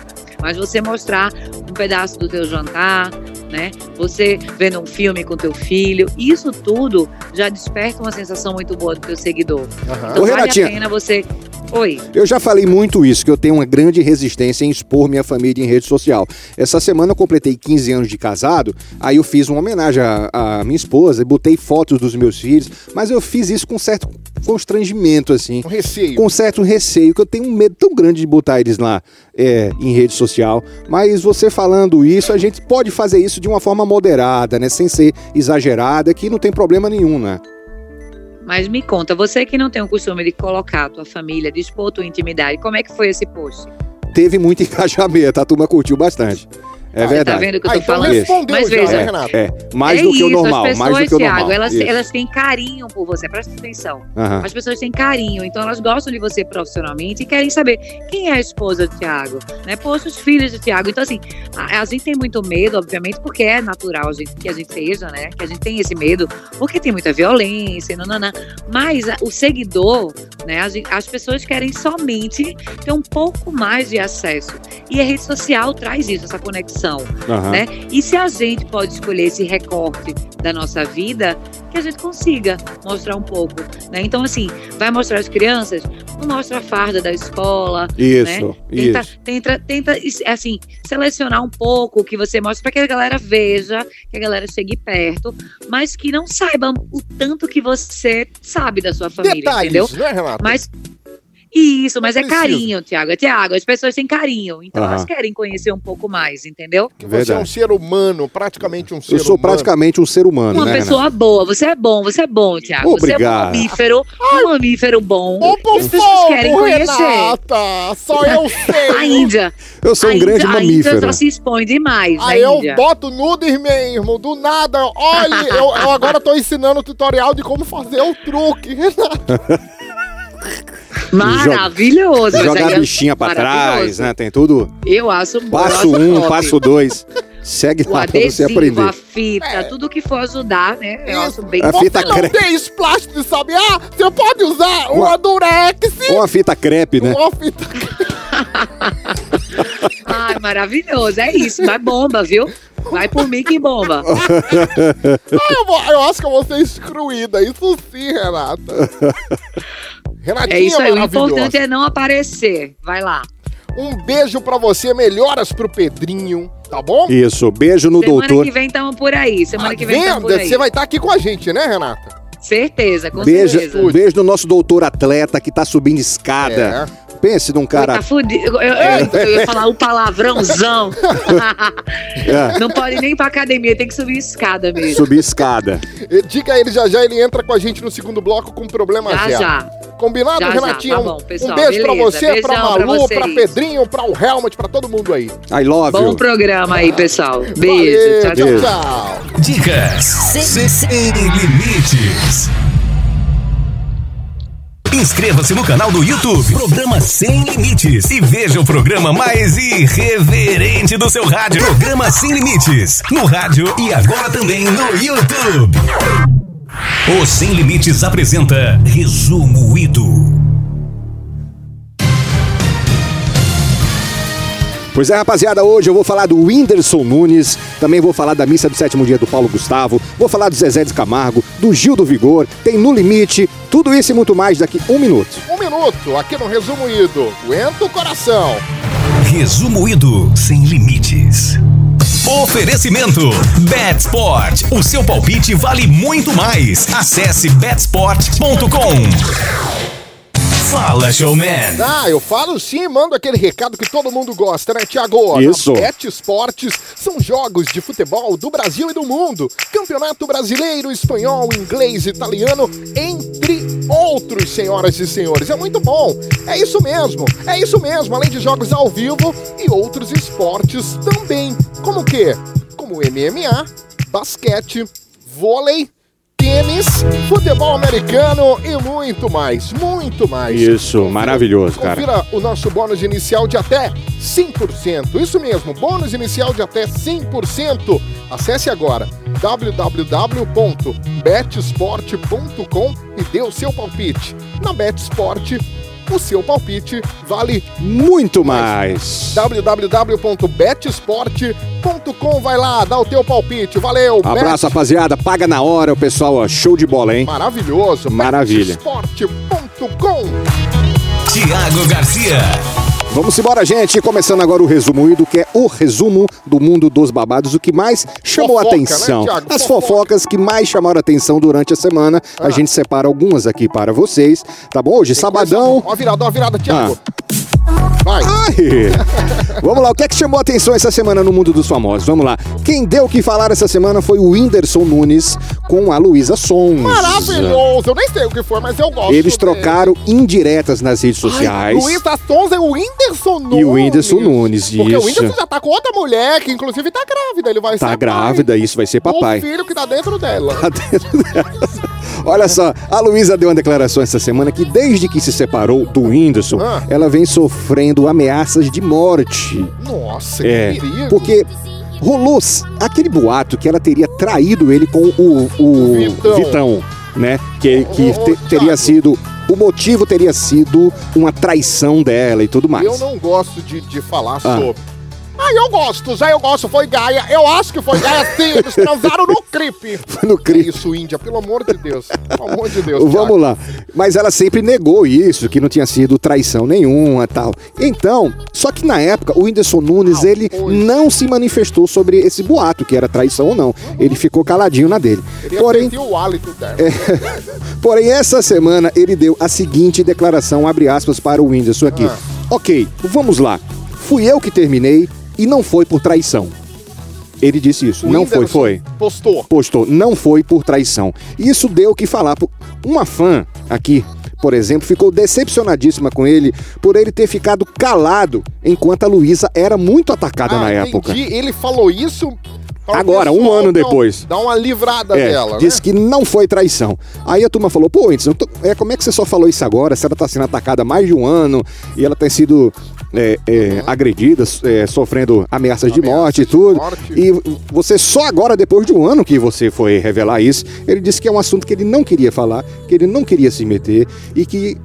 [SPEAKER 4] Mas você mostrar um pedaço do teu jantar, né? Você vendo um filme com teu filho, isso tudo já desperta uma sensação muito boa do teu seguidor.
[SPEAKER 2] Aham.
[SPEAKER 4] Então
[SPEAKER 3] Ô,
[SPEAKER 4] vale a
[SPEAKER 3] Renatinha.
[SPEAKER 4] pena você. Oi.
[SPEAKER 3] Eu já falei muito isso, que eu tenho uma grande resistência em expor minha família em rede social. Essa semana eu completei 15 anos de casado, aí eu fiz uma homenagem à, à minha esposa, botei fotos dos meus filhos, mas eu fiz isso com certo constrangimento, assim.
[SPEAKER 2] Um receio.
[SPEAKER 3] Com certo receio, que eu tenho um medo tão grande de botar eles lá é, em rede social. Mas você falando isso, a gente pode fazer isso de uma forma moderada, né? Sem ser exagerada, que não tem problema nenhum, né?
[SPEAKER 4] Mas me conta, você que não tem o costume de colocar a tua família, de expor tua intimidade, como é que foi esse post?
[SPEAKER 3] Teve muito engajamento, a turma curtiu bastante. É
[SPEAKER 2] Ah,
[SPEAKER 4] Você tá
[SPEAKER 3] verdade.
[SPEAKER 4] vendo o que eu
[SPEAKER 2] Ah,
[SPEAKER 4] tô
[SPEAKER 2] então
[SPEAKER 4] falando?
[SPEAKER 2] respondeu
[SPEAKER 4] Mas
[SPEAKER 2] já,
[SPEAKER 4] veja,
[SPEAKER 2] né, Renato?
[SPEAKER 3] É, mais
[SPEAKER 4] é
[SPEAKER 3] do que o
[SPEAKER 4] isso,
[SPEAKER 3] normal,
[SPEAKER 4] as pessoas,
[SPEAKER 3] mais do que o normal.
[SPEAKER 4] Thiago, elas,
[SPEAKER 3] Isso.
[SPEAKER 4] elas têm carinho por você, presta atenção.
[SPEAKER 3] Aham.
[SPEAKER 4] As pessoas têm carinho, então elas gostam de você profissionalmente e querem saber quem é a esposa do Tiago, né? Poxa, os filhos do Tiago. Então, assim, a, a gente tem muito medo, obviamente, porque é natural a gente- que a gente seja, né? Que a gente tem esse medo, porque tem muita violência, nananã. Mas a- o seguidor, né? a gente- as pessoas querem somente ter um pouco mais de acesso. E a rede social traz isso, essa conexão.
[SPEAKER 3] aham.
[SPEAKER 4] né? E se a gente pode escolher esse recorte da nossa vida, que a gente consiga mostrar um pouco, né? Então, assim, vai mostrar as crianças, não mostra a farda da escola,
[SPEAKER 3] Isso,
[SPEAKER 4] tenta,
[SPEAKER 3] isso.
[SPEAKER 4] tenta, tenta, es- assim, selecionar um pouco o que você mostra para que a galera veja, que a galera chegue perto, mas que não saiba o tanto que você sabe da sua família,
[SPEAKER 2] Detalhes,
[SPEAKER 4] entendeu?
[SPEAKER 2] né, Renato?
[SPEAKER 4] Mas isso, mas é
[SPEAKER 2] Preciso.
[SPEAKER 4] carinho, Tiago. É Tiago, as pessoas têm carinho, então
[SPEAKER 3] Aham.
[SPEAKER 4] elas querem conhecer um pouco mais, entendeu?
[SPEAKER 2] Que você é um
[SPEAKER 3] Verdade.
[SPEAKER 2] ser humano, praticamente um ser
[SPEAKER 3] Eu
[SPEAKER 2] humano.
[SPEAKER 3] sou praticamente um ser humano,
[SPEAKER 4] Uma
[SPEAKER 3] né, Renato?
[SPEAKER 4] pessoa boa, você é bom, você é bom, Tiago. Você é um
[SPEAKER 3] Obrigado.
[SPEAKER 4] mamífero, um mamífero bom.
[SPEAKER 2] Ô,
[SPEAKER 4] que as pessoas querem
[SPEAKER 2] povo,
[SPEAKER 4] conhecer.
[SPEAKER 2] Renata, só eu
[SPEAKER 4] A
[SPEAKER 2] sei.
[SPEAKER 4] Índia.
[SPEAKER 3] Eu sou
[SPEAKER 4] a
[SPEAKER 3] um grande
[SPEAKER 4] Índia, A Índia
[SPEAKER 3] mamífero.
[SPEAKER 4] já se expõe demais.
[SPEAKER 2] Aí
[SPEAKER 4] a
[SPEAKER 2] Ah, eu
[SPEAKER 4] Índia.
[SPEAKER 2] boto nudo em mesmo, do nada. Olha, eu, eu agora tô ensinando o tutorial de como fazer o truque. Renato,
[SPEAKER 4] Maravilhoso. essa
[SPEAKER 3] Jogar a
[SPEAKER 4] Índia-
[SPEAKER 3] bichinha pra trás,
[SPEAKER 4] maravilhoso.
[SPEAKER 3] né? Tem tudo.
[SPEAKER 4] Eu acho muito
[SPEAKER 3] Passo um,
[SPEAKER 4] top.
[SPEAKER 3] passo dois. Segue
[SPEAKER 4] O
[SPEAKER 3] lá pra você
[SPEAKER 4] adesivo, a
[SPEAKER 3] aprender.
[SPEAKER 4] fita,
[SPEAKER 2] É.
[SPEAKER 4] tudo que for ajudar, né? Eu
[SPEAKER 2] Isso.
[SPEAKER 4] acho bem
[SPEAKER 3] A fita tá-
[SPEAKER 4] importante.
[SPEAKER 2] não
[SPEAKER 3] crepe.
[SPEAKER 2] tem splash de sabiá? Você pode usar uma durex,
[SPEAKER 3] Ou a fita crepe, né?
[SPEAKER 2] uma fita.
[SPEAKER 4] Ai, maravilhoso. É isso. Vai bomba, viu? Vai por mim que bomba.
[SPEAKER 2] Ah, eu, vou- eu acho que eu vou ser excluída. Isso sim, Renata. Renatinha
[SPEAKER 4] É isso aí. O
[SPEAKER 2] maravilhosa.
[SPEAKER 4] importante é não aparecer. Vai lá.
[SPEAKER 2] Um beijo pra você, melhoras pro Pedrinho, tá bom?
[SPEAKER 3] Isso. Beijo no
[SPEAKER 4] Semana
[SPEAKER 3] doutor.
[SPEAKER 4] que vem estamos por aí. Semana que vem
[SPEAKER 2] Venda,
[SPEAKER 4] estamos por aí.
[SPEAKER 2] Tá você vai estar aqui com a gente, né, Renata?
[SPEAKER 4] Certeza, com certeza.
[SPEAKER 3] Beijo, beijo no nosso doutor atleta que tá subindo escada.
[SPEAKER 2] É.
[SPEAKER 3] Pense num
[SPEAKER 4] Cara...
[SPEAKER 3] cara.
[SPEAKER 4] Tá fudido. Eu, eu- eu ia falar o palavrãozão.
[SPEAKER 3] É,
[SPEAKER 4] Não pode nem ir pra academia, tem que subir escada mesmo.
[SPEAKER 3] subir escada.
[SPEAKER 2] É. E Diga a ele já já, ele entra com a gente no segundo bloco com problema
[SPEAKER 4] Já,
[SPEAKER 2] zero.
[SPEAKER 4] já.
[SPEAKER 2] Combinado,
[SPEAKER 4] Já, já.
[SPEAKER 2] Renatinha?
[SPEAKER 4] Tá
[SPEAKER 2] Um-
[SPEAKER 4] bom, pessoal,
[SPEAKER 2] um beijo pra
[SPEAKER 4] beleza.
[SPEAKER 2] você, pra
[SPEAKER 4] Beijão pra
[SPEAKER 2] Malu, pra,
[SPEAKER 4] vocês.
[SPEAKER 2] Pedrinho, pra o Helmut, pra todo mundo aí.
[SPEAKER 3] I love
[SPEAKER 4] Bom
[SPEAKER 3] you.
[SPEAKER 4] programa aí, pessoal. Beijo.
[SPEAKER 2] Valeu,
[SPEAKER 4] tchau,
[SPEAKER 3] beijo.
[SPEAKER 4] tchau.
[SPEAKER 2] tchau.
[SPEAKER 1] Dicas sem, limites. Inscreva-se no canal do YouTube, programa Sem Limites, e veja o programa mais irreverente do seu rádio. Programa Sem Limites, no rádio e agora também no YouTube. O Sem Limites apresenta Resumo Ido.
[SPEAKER 3] Pois é, rapaziada, hoje eu vou falar do Whindersson Nunes, também vou falar da missa do sétimo dia do Paulo Gustavo, vou falar do Zezé de Camargo, do Gil do Vigor, tem No Limite, tudo isso e muito mais daqui um minuto.
[SPEAKER 2] Um minuto, aqui no Resumo Ido. Aguenta o coração.
[SPEAKER 1] Resumo Ido Sem Limites. Oferecimento Betsport. O seu palpite vale muito mais. Acesse betsport.com. Fala, showman.
[SPEAKER 2] Ah, eu falo sim e mando aquele recado que todo mundo gosta, né, Tiago?
[SPEAKER 3] Isso.
[SPEAKER 2] Pet Esportes são jogos de futebol do Brasil e do mundo. Campeonato brasileiro, espanhol, inglês, italiano, entre outros, senhoras e senhores. É muito bom. É isso mesmo. É isso mesmo. Além de jogos ao vivo e outros esportes também. Como o quê? Como MMA, basquete, vôlei, tênis, futebol americano e muito mais. Muito mais.
[SPEAKER 3] Isso, maravilhoso, cara.
[SPEAKER 2] Confira o nosso bônus inicial de até 100%. Isso mesmo, bônus inicial de até 100%. Acesse agora www.betsport.com e dê o seu palpite. Na Betsport, o seu palpite vale
[SPEAKER 3] Muito mais.
[SPEAKER 2] www.betsport.com. Vai lá, dá o teu palpite. Valeu, Bet-
[SPEAKER 3] Abraço, rapaziada. Paga na hora, o pessoal, ó, show de bola, hein?
[SPEAKER 2] Maravilhoso.
[SPEAKER 3] Maravilha.
[SPEAKER 2] Esporte.com.
[SPEAKER 1] Tiago Garcia.
[SPEAKER 3] Vamos embora, gente. Começando agora o resumo Ido, que é o resumo do mundo dos babados, o que mais chamou a
[SPEAKER 2] Fofoca,
[SPEAKER 3] atenção.
[SPEAKER 2] né, Thiago?
[SPEAKER 3] As
[SPEAKER 2] Fofoca. Ah.
[SPEAKER 3] fofocas que mais chamaram a atenção durante a semana. A gente separa algumas aqui para vocês, tá bom? Hoje, sabadão. Ah.
[SPEAKER 2] Ó, a virada, ó, a virada, Thiago. Vai.
[SPEAKER 3] Ai! Vamos lá, o que é que chamou a atenção essa semana no mundo dos famosos? Vamos lá. Quem deu o que falar essa semana foi o Whindersson Nunes com a Luísa Sons.
[SPEAKER 2] Maravilhoso. Eu nem sei o que foi, mas eu gosto.
[SPEAKER 3] Eles
[SPEAKER 2] dele.
[SPEAKER 3] trocaram indiretas nas redes sociais.
[SPEAKER 2] Luiz Sons é o Whindersson Nunes.
[SPEAKER 3] E o Whindersson Nunes,
[SPEAKER 2] Porque o
[SPEAKER 3] isso.
[SPEAKER 2] Whindersson já tá com outra mulher, que inclusive tá grávida. Ele vai
[SPEAKER 3] Tá
[SPEAKER 2] ser pai
[SPEAKER 3] grávida, isso vai ser
[SPEAKER 2] do
[SPEAKER 3] papai.
[SPEAKER 2] filho que tá dentro dela.
[SPEAKER 3] Tá dentro dela. Olha só, a Luísa deu uma declaração essa semana que desde que se separou do Whindersson,
[SPEAKER 2] Ah.
[SPEAKER 3] ela vem sofrendo ameaças de morte.
[SPEAKER 2] Nossa,
[SPEAKER 3] É,
[SPEAKER 2] que perigo.
[SPEAKER 3] porque rolou s- aquele boato que ela teria traído ele com o, o
[SPEAKER 2] Vitão.
[SPEAKER 3] Vitão. né? Que, que
[SPEAKER 2] Ô, ô,
[SPEAKER 3] te-
[SPEAKER 2] Thiago.
[SPEAKER 3] teria sido. O motivo teria sido uma traição dela e tudo mais.
[SPEAKER 2] Eu não gosto de, de falar sobre. Ah, eu gosto, já eu gosto, foi Gaia. Eu acho que foi Gaia sim, eles transaram no clipe.
[SPEAKER 3] Foi no
[SPEAKER 2] Que
[SPEAKER 3] crime.
[SPEAKER 2] isso, Índia, pelo amor de Deus. Pelo amor de Deus. Thiago.
[SPEAKER 3] Vamos lá. Mas ela sempre negou isso, que não tinha sido traição nenhuma tal. Então, só que na época, o Whindersson Nunes,
[SPEAKER 2] Ah,
[SPEAKER 3] ele
[SPEAKER 2] pois.
[SPEAKER 3] não se manifestou sobre esse boato, que era traição ou não. Ele ficou caladinho na dele.
[SPEAKER 2] Queria
[SPEAKER 3] Porém, É,
[SPEAKER 2] sentir o hálito dela.
[SPEAKER 3] Porém, essa semana ele deu a seguinte declaração, abre aspas, para o Whindersson aqui.
[SPEAKER 2] Ah.
[SPEAKER 3] Ok, vamos lá. Fui eu que terminei e não foi por traição. Ele disse isso.
[SPEAKER 2] O
[SPEAKER 3] não foi,
[SPEAKER 2] Whindersson
[SPEAKER 3] foi.
[SPEAKER 2] Postou.
[SPEAKER 3] Postou, não foi por traição. E Isso deu o que falar. por- Uma fã aqui, por exemplo, ficou decepcionadíssima com ele por ele ter ficado calado enquanto a Luísa era muito atacada na época.
[SPEAKER 2] Ah, Entendi. Ele falou isso. pra
[SPEAKER 3] Agora, um
[SPEAKER 2] pessoa
[SPEAKER 3] ano
[SPEAKER 2] dar-
[SPEAKER 3] depois.
[SPEAKER 2] Dar uma livrada
[SPEAKER 3] É,
[SPEAKER 2] dela. né?
[SPEAKER 3] disse que não foi traição. Aí a turma falou, pô, Edson, tu- é, como é que você só falou isso agora? Se ela tá sendo atacada há mais de um ano e ela tem sido é, é, agredida, s- é, sofrendo ameaças de
[SPEAKER 2] Uhum. Ameaças
[SPEAKER 3] morte e
[SPEAKER 2] de
[SPEAKER 3] tudo.
[SPEAKER 2] morte.
[SPEAKER 3] E você só agora, depois de um ano que você foi revelar isso, ele disse que é um assunto que ele não queria falar, que ele não queria se meter e que.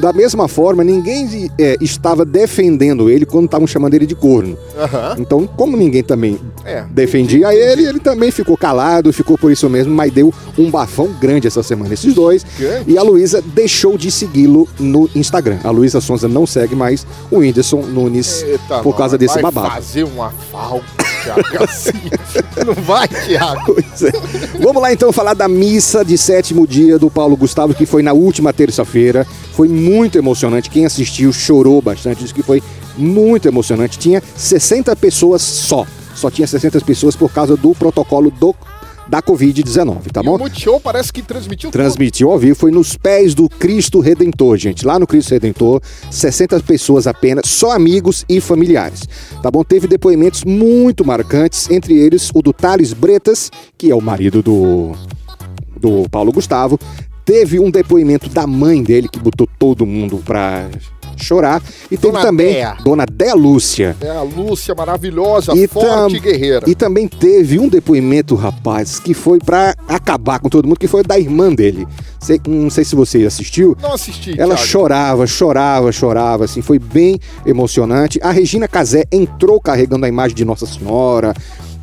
[SPEAKER 3] Da mesma forma, ninguém é, estava defendendo ele quando estavam chamando ele de corno.
[SPEAKER 2] né? Aham.
[SPEAKER 3] Então, como ninguém também
[SPEAKER 2] É.
[SPEAKER 3] defendia ele, ele também ficou calado, ficou por isso mesmo, mas deu um bafão grande essa semana, esses dois.
[SPEAKER 2] Grande.
[SPEAKER 3] E a Luísa deixou de segui-lo no Instagram. A Luísa Sonza não segue mais o Whindersson Nunes
[SPEAKER 2] Eita,
[SPEAKER 3] por
[SPEAKER 2] não,
[SPEAKER 3] causa desse
[SPEAKER 2] vai
[SPEAKER 3] babado.
[SPEAKER 2] fazer uma falta, Thiago. assim. Não vai, Thiago.
[SPEAKER 3] Pois é. Vamos lá então falar da missa de sétimo dia do Paulo Gustavo, que foi na última terça-feira. Foi muito emocionante. Quem assistiu chorou bastante, disse que foi muito emocionante. Tinha 60 pessoas só. Só tinha 60 pessoas por causa do protocolo do, da Covid-19, tá
[SPEAKER 2] E o
[SPEAKER 3] bom?
[SPEAKER 2] Multishow parece que transmitiu
[SPEAKER 3] transmitiu ao vivo foi nos pés do Cristo Redentor, gente. Lá no Cristo Redentor, 60 pessoas apenas, só amigos e familiares. Tá bom? Teve depoimentos muito marcantes, entre eles o do Thales Bretas, que é o marido do do Paulo Gustavo. Teve um depoimento da mãe dele que botou todo mundo pra chorar e teve
[SPEAKER 2] Dona
[SPEAKER 3] também
[SPEAKER 2] Dea.
[SPEAKER 3] Dona Dé Lúcia.
[SPEAKER 2] tudo. É a Lúcia maravilhosa,
[SPEAKER 3] E
[SPEAKER 2] forte
[SPEAKER 3] tam-
[SPEAKER 2] guerreira.
[SPEAKER 3] E também teve um depoimento, rapaz, que foi pra acabar com todo mundo, que foi da irmã dele. sei- não sei se você assistiu,
[SPEAKER 2] Não assisti.
[SPEAKER 3] ela
[SPEAKER 2] Thiago.
[SPEAKER 3] chorava, chorava, chorava, assim, foi bem emocionante. A Regina Casé entrou carregando a imagem de Nossa Senhora.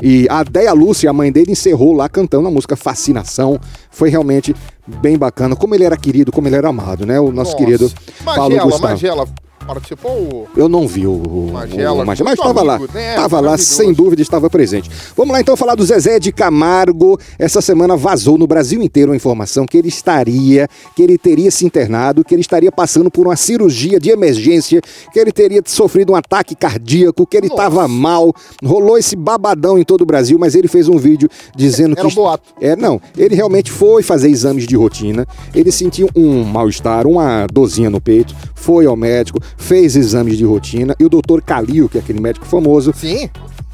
[SPEAKER 3] E a Déia Lúcia, a mãe dele, encerrou lá cantando a música Fascinação. Foi realmente bem bacana. Como ele era querido, como ele era amado, né? O nosso
[SPEAKER 2] Nossa.
[SPEAKER 3] querido Paulo
[SPEAKER 2] Magela,
[SPEAKER 3] Gustavo.
[SPEAKER 2] Magela participou?
[SPEAKER 3] Eu não vi o, o
[SPEAKER 2] Magela,
[SPEAKER 3] o Magela, mas
[SPEAKER 2] muito
[SPEAKER 3] estava lá.
[SPEAKER 2] amigo, né?
[SPEAKER 3] Estava lá,
[SPEAKER 2] Maravilhoso.
[SPEAKER 3] sem dúvida, estava presente. Vamos lá então falar do Zezé de Camargo. Essa semana vazou no Brasil inteiro a informação que ele estaria, que ele teria se internado, que ele estaria passando por uma cirurgia de emergência, que ele teria sofrido um ataque cardíaco, que ele
[SPEAKER 2] Nossa.
[SPEAKER 3] estava mal. Rolou esse babadão em todo o Brasil, mas ele fez um vídeo dizendo
[SPEAKER 2] Era um
[SPEAKER 3] que.
[SPEAKER 2] boato.
[SPEAKER 3] É, não. Ele realmente foi fazer exames de rotina. Ele sentiu um mal-estar, uma dorzinha no peito. Foi ao médico, fez exames de rotina. E o doutor Calil, que é aquele médico famoso,
[SPEAKER 2] Sim.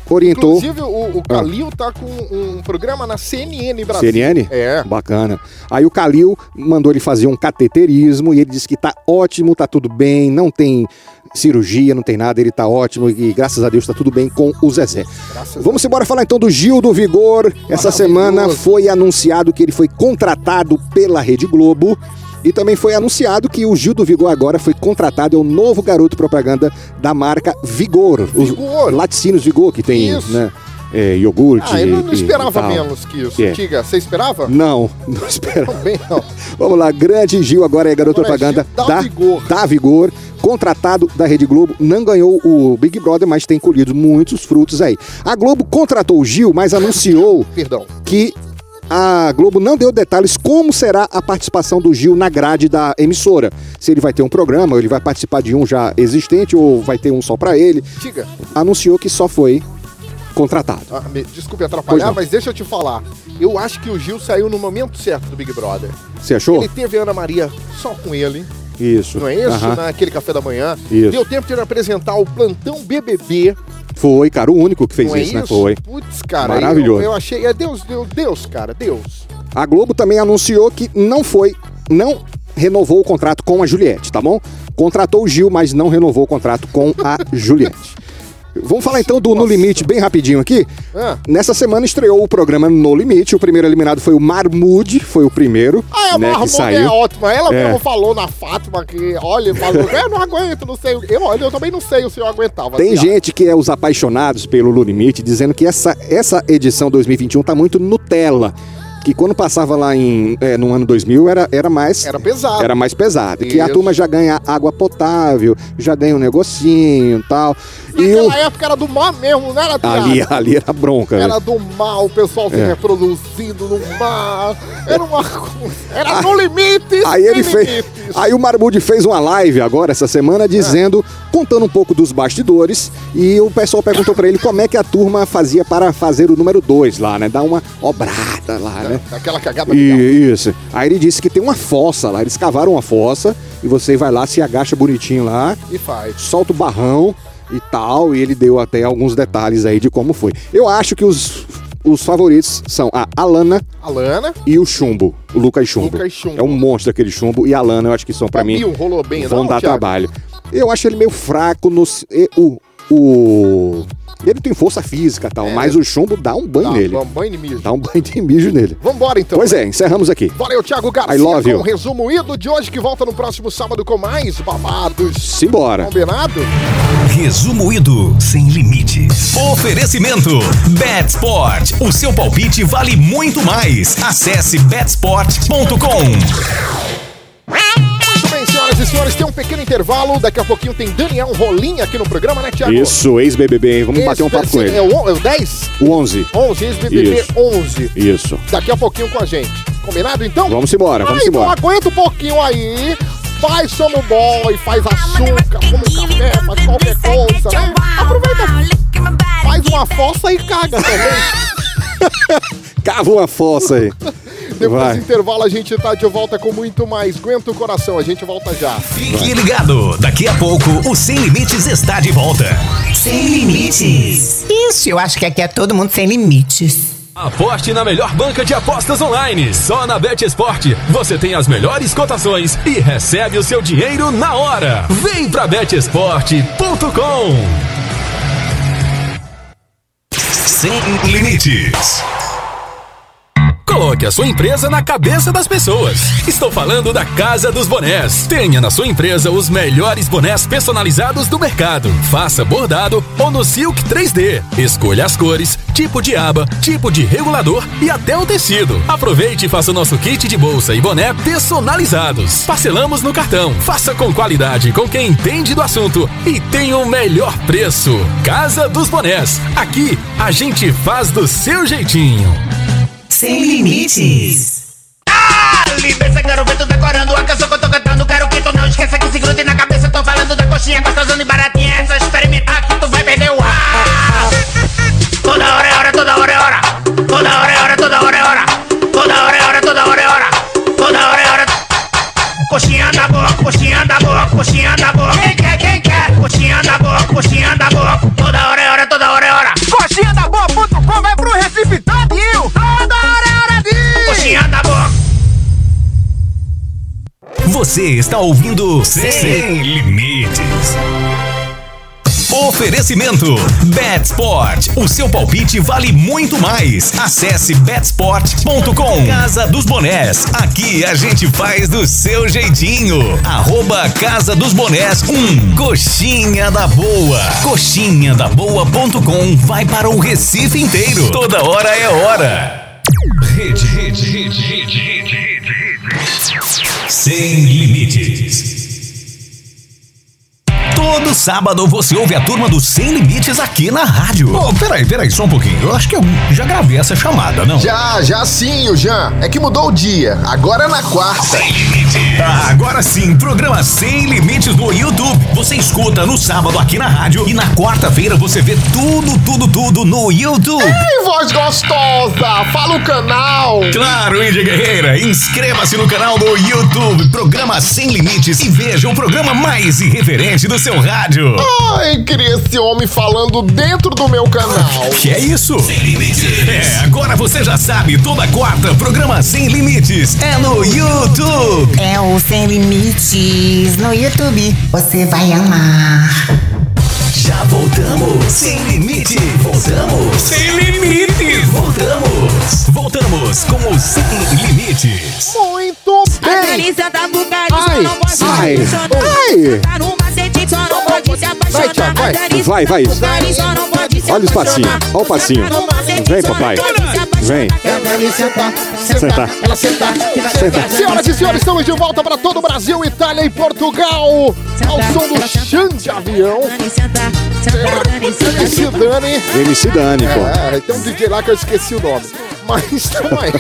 [SPEAKER 3] orientou.
[SPEAKER 2] Inclusive, o,
[SPEAKER 3] Ah.
[SPEAKER 2] o Calil tá com um programa na CNN Brasil.
[SPEAKER 3] CNN?
[SPEAKER 2] É.
[SPEAKER 3] Bacana. Aí o Calil mandou ele fazer um cateterismo e ele disse que tá ótimo, tá tudo bem, não tem cirurgia, não tem nada, ele tá ótimo e graças a Deus tá tudo bem com o Zezé.
[SPEAKER 2] Graças
[SPEAKER 3] Vamos embora falar então do Gil do Vigor. Essa
[SPEAKER 2] Maravilhoso.
[SPEAKER 3] semana foi anunciado que ele foi contratado pela Rede Globo. E também foi anunciado que o Gil do Vigor agora foi contratado, é o novo garoto propaganda da marca Vigor. Os
[SPEAKER 2] Vigor.
[SPEAKER 3] laticínios Vigor, que tem,
[SPEAKER 2] Isso.
[SPEAKER 3] né? é, iogurte.
[SPEAKER 2] Ah, eu não,
[SPEAKER 3] e- e
[SPEAKER 2] esperava
[SPEAKER 3] tal.
[SPEAKER 2] menos que isso.
[SPEAKER 3] É.
[SPEAKER 2] Diga, você esperava?
[SPEAKER 3] Não, não esperava.
[SPEAKER 2] Bem, não.
[SPEAKER 3] Vamos lá, grande Gil agora é garoto
[SPEAKER 2] Agora é
[SPEAKER 3] propaganda
[SPEAKER 2] Gil da Vigor.
[SPEAKER 3] da Vigor, contratado da Rede Globo, não ganhou o Big Brother, mas tem colhido muitos frutos aí. A Globo contratou o Gil, mas anunciou
[SPEAKER 2] Perdão.
[SPEAKER 3] que a Globo não deu detalhes como será a participação do Gil na grade da emissora. Se ele vai ter um programa, ou ele vai participar de um já existente ou vai ter um só pra ele.
[SPEAKER 2] Diga.
[SPEAKER 3] Anunciou que só foi contratado.
[SPEAKER 2] Ah, me- desculpe
[SPEAKER 3] Pois
[SPEAKER 2] atrapalhar,
[SPEAKER 3] não.
[SPEAKER 2] mas deixa eu te falar. Eu acho que o Gil saiu no momento certo do Big Brother.
[SPEAKER 3] Você achou?
[SPEAKER 2] Ele teve a Ana Maria só com ele,
[SPEAKER 3] Isso.
[SPEAKER 2] não é isso?
[SPEAKER 3] Aham.
[SPEAKER 2] Naquele café da manhã.
[SPEAKER 3] Isso.
[SPEAKER 2] Deu tempo de ele apresentar o plantão BBB.
[SPEAKER 3] Foi, cara, o único que fez
[SPEAKER 2] não é
[SPEAKER 3] isso, né? Foi.
[SPEAKER 2] Putz, cara. eu-
[SPEAKER 3] Maravilhoso.
[SPEAKER 2] Eu, achei. É Deus, Deus, Deus, cara, Deus.
[SPEAKER 3] A Globo também anunciou que não foi, não renovou o contrato com a Juliette, tá bom? Contratou o Gil, mas não renovou o contrato com a Juliette. Vamos falar então do No Limite bem rapidinho aqui.
[SPEAKER 2] Ah.
[SPEAKER 3] Nessa semana estreou o programa No Limite. O primeiro eliminado foi o Marmude, foi o primeiro
[SPEAKER 2] Ah, a
[SPEAKER 3] né, que
[SPEAKER 2] Marmota é
[SPEAKER 3] saiu.
[SPEAKER 2] ótima. Ela
[SPEAKER 3] É.
[SPEAKER 2] mesmo falou na Fátima que, olha, falou, eu não aguento, não sei. o- Eu, olha, eu também não sei se eu aguentava.
[SPEAKER 3] Tem
[SPEAKER 2] Thiago.
[SPEAKER 3] gente que é os apaixonados pelo No Limite, dizendo que essa, essa edição 2021 tá muito Nutella. Que quando passava lá em, é, no ano 2000 era, era mais
[SPEAKER 2] Era pesado.
[SPEAKER 3] era mais pesado. Que a
[SPEAKER 2] Isso.
[SPEAKER 3] turma já ganha água potável, já ganha um negocinho e tal. E o...
[SPEAKER 2] Naquela época era do mal mesmo, não era Thiago?
[SPEAKER 3] ali, ali era bronca. né? velho.
[SPEAKER 2] Era do mal, o pessoal se
[SPEAKER 3] É.
[SPEAKER 2] reproduzindo no mar. Era uma coisa. Era no limite,
[SPEAKER 3] Aí ele
[SPEAKER 2] sem
[SPEAKER 3] fez.
[SPEAKER 2] limites.
[SPEAKER 3] Aí o Marmude fez uma live agora essa semana
[SPEAKER 2] É.
[SPEAKER 3] dizendo, contando um pouco dos bastidores e o pessoal perguntou pra ele como é que a turma fazia para fazer o número 2 lá, né? Dar uma obrada lá, né?
[SPEAKER 2] Aquela cagada legal.
[SPEAKER 3] E, isso. Aí ele disse que tem uma fossa lá, eles cavaram uma fossa e você vai lá, se agacha bonitinho lá,
[SPEAKER 2] E faz.
[SPEAKER 3] solta o barrão e tal, e ele deu até alguns detalhes aí de como foi. Eu acho que os, os favoritos são a Alana
[SPEAKER 2] Alana.
[SPEAKER 3] e o Chumbo, o Lucas Chumbo.
[SPEAKER 2] Lucas Chumbo. É
[SPEAKER 3] É um monstro aquele Chumbo e a Alana, eu acho que são pra mim
[SPEAKER 2] Bill rolou bem,
[SPEAKER 3] vão
[SPEAKER 2] não,
[SPEAKER 3] dar
[SPEAKER 2] Thiago?
[SPEAKER 3] trabalho. Eu acho ele meio fraco no e- o o ele tem força física e tal,
[SPEAKER 2] É.
[SPEAKER 3] mas o Chumbo dá um banho
[SPEAKER 2] Dá
[SPEAKER 3] nele.
[SPEAKER 2] uma banho de mijo.
[SPEAKER 3] Dá um banho de mijo nele.
[SPEAKER 2] tá, Vambora então.
[SPEAKER 3] Pois é, encerramos aqui.
[SPEAKER 2] Valeu, Thiago Garcia,
[SPEAKER 3] I love
[SPEAKER 2] com
[SPEAKER 3] you.
[SPEAKER 2] o resumo ido de hoje, que volta no próximo sábado com mais babados.
[SPEAKER 3] Simbora.
[SPEAKER 2] Combinado?
[SPEAKER 1] Resumo Ido, sem limites. Oferecimento: Betsport. O seu palpite vale muito mais. Acesse betsport.com.
[SPEAKER 2] Muito bem, senhoras e senhores, tem um pequeno intervalo. Daqui a pouquinho tem Daniel Rolim aqui no programa, né, Thiago?
[SPEAKER 3] Isso, ex-BBB, hein? Vamos bater um papo com
[SPEAKER 2] Especi-
[SPEAKER 3] ele.
[SPEAKER 2] É o, on- é o 10?
[SPEAKER 3] O 11.
[SPEAKER 2] 11, ex-BBB
[SPEAKER 3] Isso.
[SPEAKER 2] 11.
[SPEAKER 3] Isso.
[SPEAKER 2] Daqui a pouquinho com a gente. Combinado, então?
[SPEAKER 3] Vamos embora, vamos
[SPEAKER 2] Ai, então
[SPEAKER 3] embora.
[SPEAKER 2] aguenta um pouquinho aí. Faz somo boy, faz açúcar, come café, faz qualquer coisa, né? Aproveita, faz uma fossa e caga também.
[SPEAKER 3] Cava uma fossa aí.
[SPEAKER 2] Depois
[SPEAKER 3] Vai.
[SPEAKER 2] do intervalo a gente tá de volta com muito mais. Aguenta o coração, a gente volta já.
[SPEAKER 1] Fique ligado. Daqui a pouco, o Sem Limites está de volta. Sem Limites.
[SPEAKER 6] Isso, eu acho que aqui é todo mundo sem limites.
[SPEAKER 7] Aposte na melhor banca de apostas online. Só na Bet Esporte você tem as melhores cotações e recebe o seu dinheiro na hora. Vem pra betesporte.com.
[SPEAKER 1] Sem Limites. Com
[SPEAKER 7] Coloque a sua empresa na cabeça das pessoas. Estou falando da Casa dos Bonés. Tenha na sua empresa os melhores bonés personalizados do mercado. Faça bordado ou no Silk 3D. Escolha as cores, tipo de aba, tipo de regulador e até o tecido. Aproveite e faça o nosso kit de bolsa e boné personalizados. Parcelamos no cartão. Faça com qualidade com quem entende do assunto e tenha o melhor preço. Casa dos Bonés. Aqui a gente faz do seu jeitinho.
[SPEAKER 6] Sem limites.
[SPEAKER 8] Liberta, quero ver tu decorando a canção que eu tô cantando. Quero que tu não esqueça que se grude na cabeça. Tô falando da coxinha gostosona e baratinha. É só experimentar que tu vai perder o ar. Toda hora é hora, toda hora é hora. Toda hora é hora, toda hora é hora. Toda hora é hora, toda hora é hora. Toda hora é hora. Coxinha da boa, coxinha da boa, coxinha da boa. Quem quer, quem quer? Coxinha da boa, coxinha da boa. Toda hora é hora, toda hora é hora. Coxinha da boa.com vai pro Recife todinho. Toda hora é hora de. Coxinha da boa.
[SPEAKER 1] Você está ouvindo Sem, Limites. Oferecimento Betsport. O seu palpite vale muito mais. Acesse betsport.com. Casa dos Bonés. Aqui a gente faz do seu jeitinho. Arroba Casa dos Bonés 1. Coxinha da Boa. Coxinha da Boa.com vai para o Recife inteiro. Toda hora é hora. Rede, rede, rede, rede, rede, rede, rede. Sem limites. Todo sábado você ouve a turma do Sem Limites aqui na rádio.
[SPEAKER 9] Pô, peraí, peraí, só um pouquinho. Eu acho que eu já gravei essa chamada, não?
[SPEAKER 2] Já, já sim, o Jean. É que mudou o dia. Agora é na quarta.
[SPEAKER 9] Ah, agora sim, programa Sem Limites no YouTube. Você escuta no sábado aqui na rádio e na quarta-feira você vê tudo, tudo, tudo no YouTube.
[SPEAKER 2] Ei, voz gostosa! Fala o canal!
[SPEAKER 9] Claro, Índia Guerreira, inscreva-se no canal do YouTube, programa Sem Limites e veja o programa mais irreverente do seu rádio.
[SPEAKER 2] Ai, queria esse homem falando dentro do meu canal.
[SPEAKER 9] Que é isso? É, agora você já sabe, toda quarta, programa Sem Limites é no YouTube.
[SPEAKER 6] É o Sem Limites no YouTube. Você vai amar.
[SPEAKER 1] Já voltamos. Sem limite. Voltamos. Sem limites. Voltamos. Voltamos com o Sem Limites.
[SPEAKER 2] Muito bem!
[SPEAKER 10] Analisa da bugarista,
[SPEAKER 2] Ai,
[SPEAKER 10] não pode se
[SPEAKER 3] ai,
[SPEAKER 10] apaixonar.
[SPEAKER 3] ai.
[SPEAKER 10] Tá numa sentido, só não pode se
[SPEAKER 2] Vai, Thiago,
[SPEAKER 10] apaixonar.
[SPEAKER 2] vai.
[SPEAKER 10] Analisa
[SPEAKER 3] Vai,
[SPEAKER 10] da
[SPEAKER 3] vai.
[SPEAKER 10] bugarista, só não pode se
[SPEAKER 3] Olha os
[SPEAKER 10] apaixonar.
[SPEAKER 3] passinhos, olha o passinho.
[SPEAKER 10] Tá numa sentido,
[SPEAKER 3] Vem,
[SPEAKER 10] só não
[SPEAKER 3] papai.
[SPEAKER 10] pode se apaixonar.
[SPEAKER 3] Vem. Sentar.
[SPEAKER 2] Ela sentar.
[SPEAKER 3] Sentar.
[SPEAKER 2] Senhoras e senhores, estamos de volta para todo o Brasil, Itália e Portugal. Ao som do chão de avião. Esse Dani.
[SPEAKER 3] MC Dani, pô.
[SPEAKER 2] É, tem um DJ lá que eu esqueci o nome. Mas tamo aí.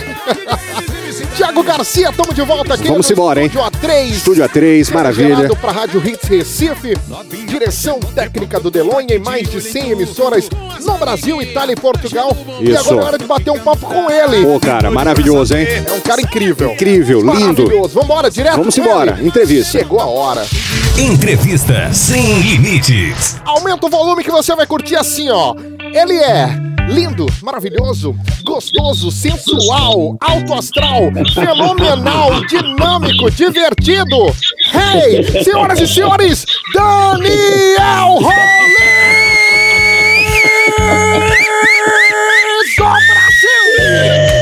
[SPEAKER 2] Tiago Garcia, tamo de volta aqui.
[SPEAKER 3] Vamos
[SPEAKER 2] no
[SPEAKER 3] embora, hein?
[SPEAKER 2] Estúdio A3.
[SPEAKER 3] Estúdio A3, maravilha.
[SPEAKER 2] Gerado para a Rádio Hits Recife, direção técnica do Delonha em mais de 100 emissoras no Brasil, Itália e Portugal. E
[SPEAKER 3] Isso.
[SPEAKER 2] agora é hora de bater um papo com ele.
[SPEAKER 3] Pô, cara, maravilhoso, hein?
[SPEAKER 2] É um cara incrível.
[SPEAKER 3] Incrível, lindo.
[SPEAKER 2] Maravilhoso. Vambora, direto
[SPEAKER 3] Vamos
[SPEAKER 2] com
[SPEAKER 3] embora,
[SPEAKER 2] ele.
[SPEAKER 3] entrevista.
[SPEAKER 2] Chegou a hora.
[SPEAKER 1] Entrevista Sem Limites.
[SPEAKER 2] Aumenta o volume que você vai curtir assim, ó. Ele é lindo, maravilhoso, gostoso, sensual, alto astral, fenomenal, dinâmico, divertido. Hey, senhoras e senhores, Daniel Rollins do Brasil!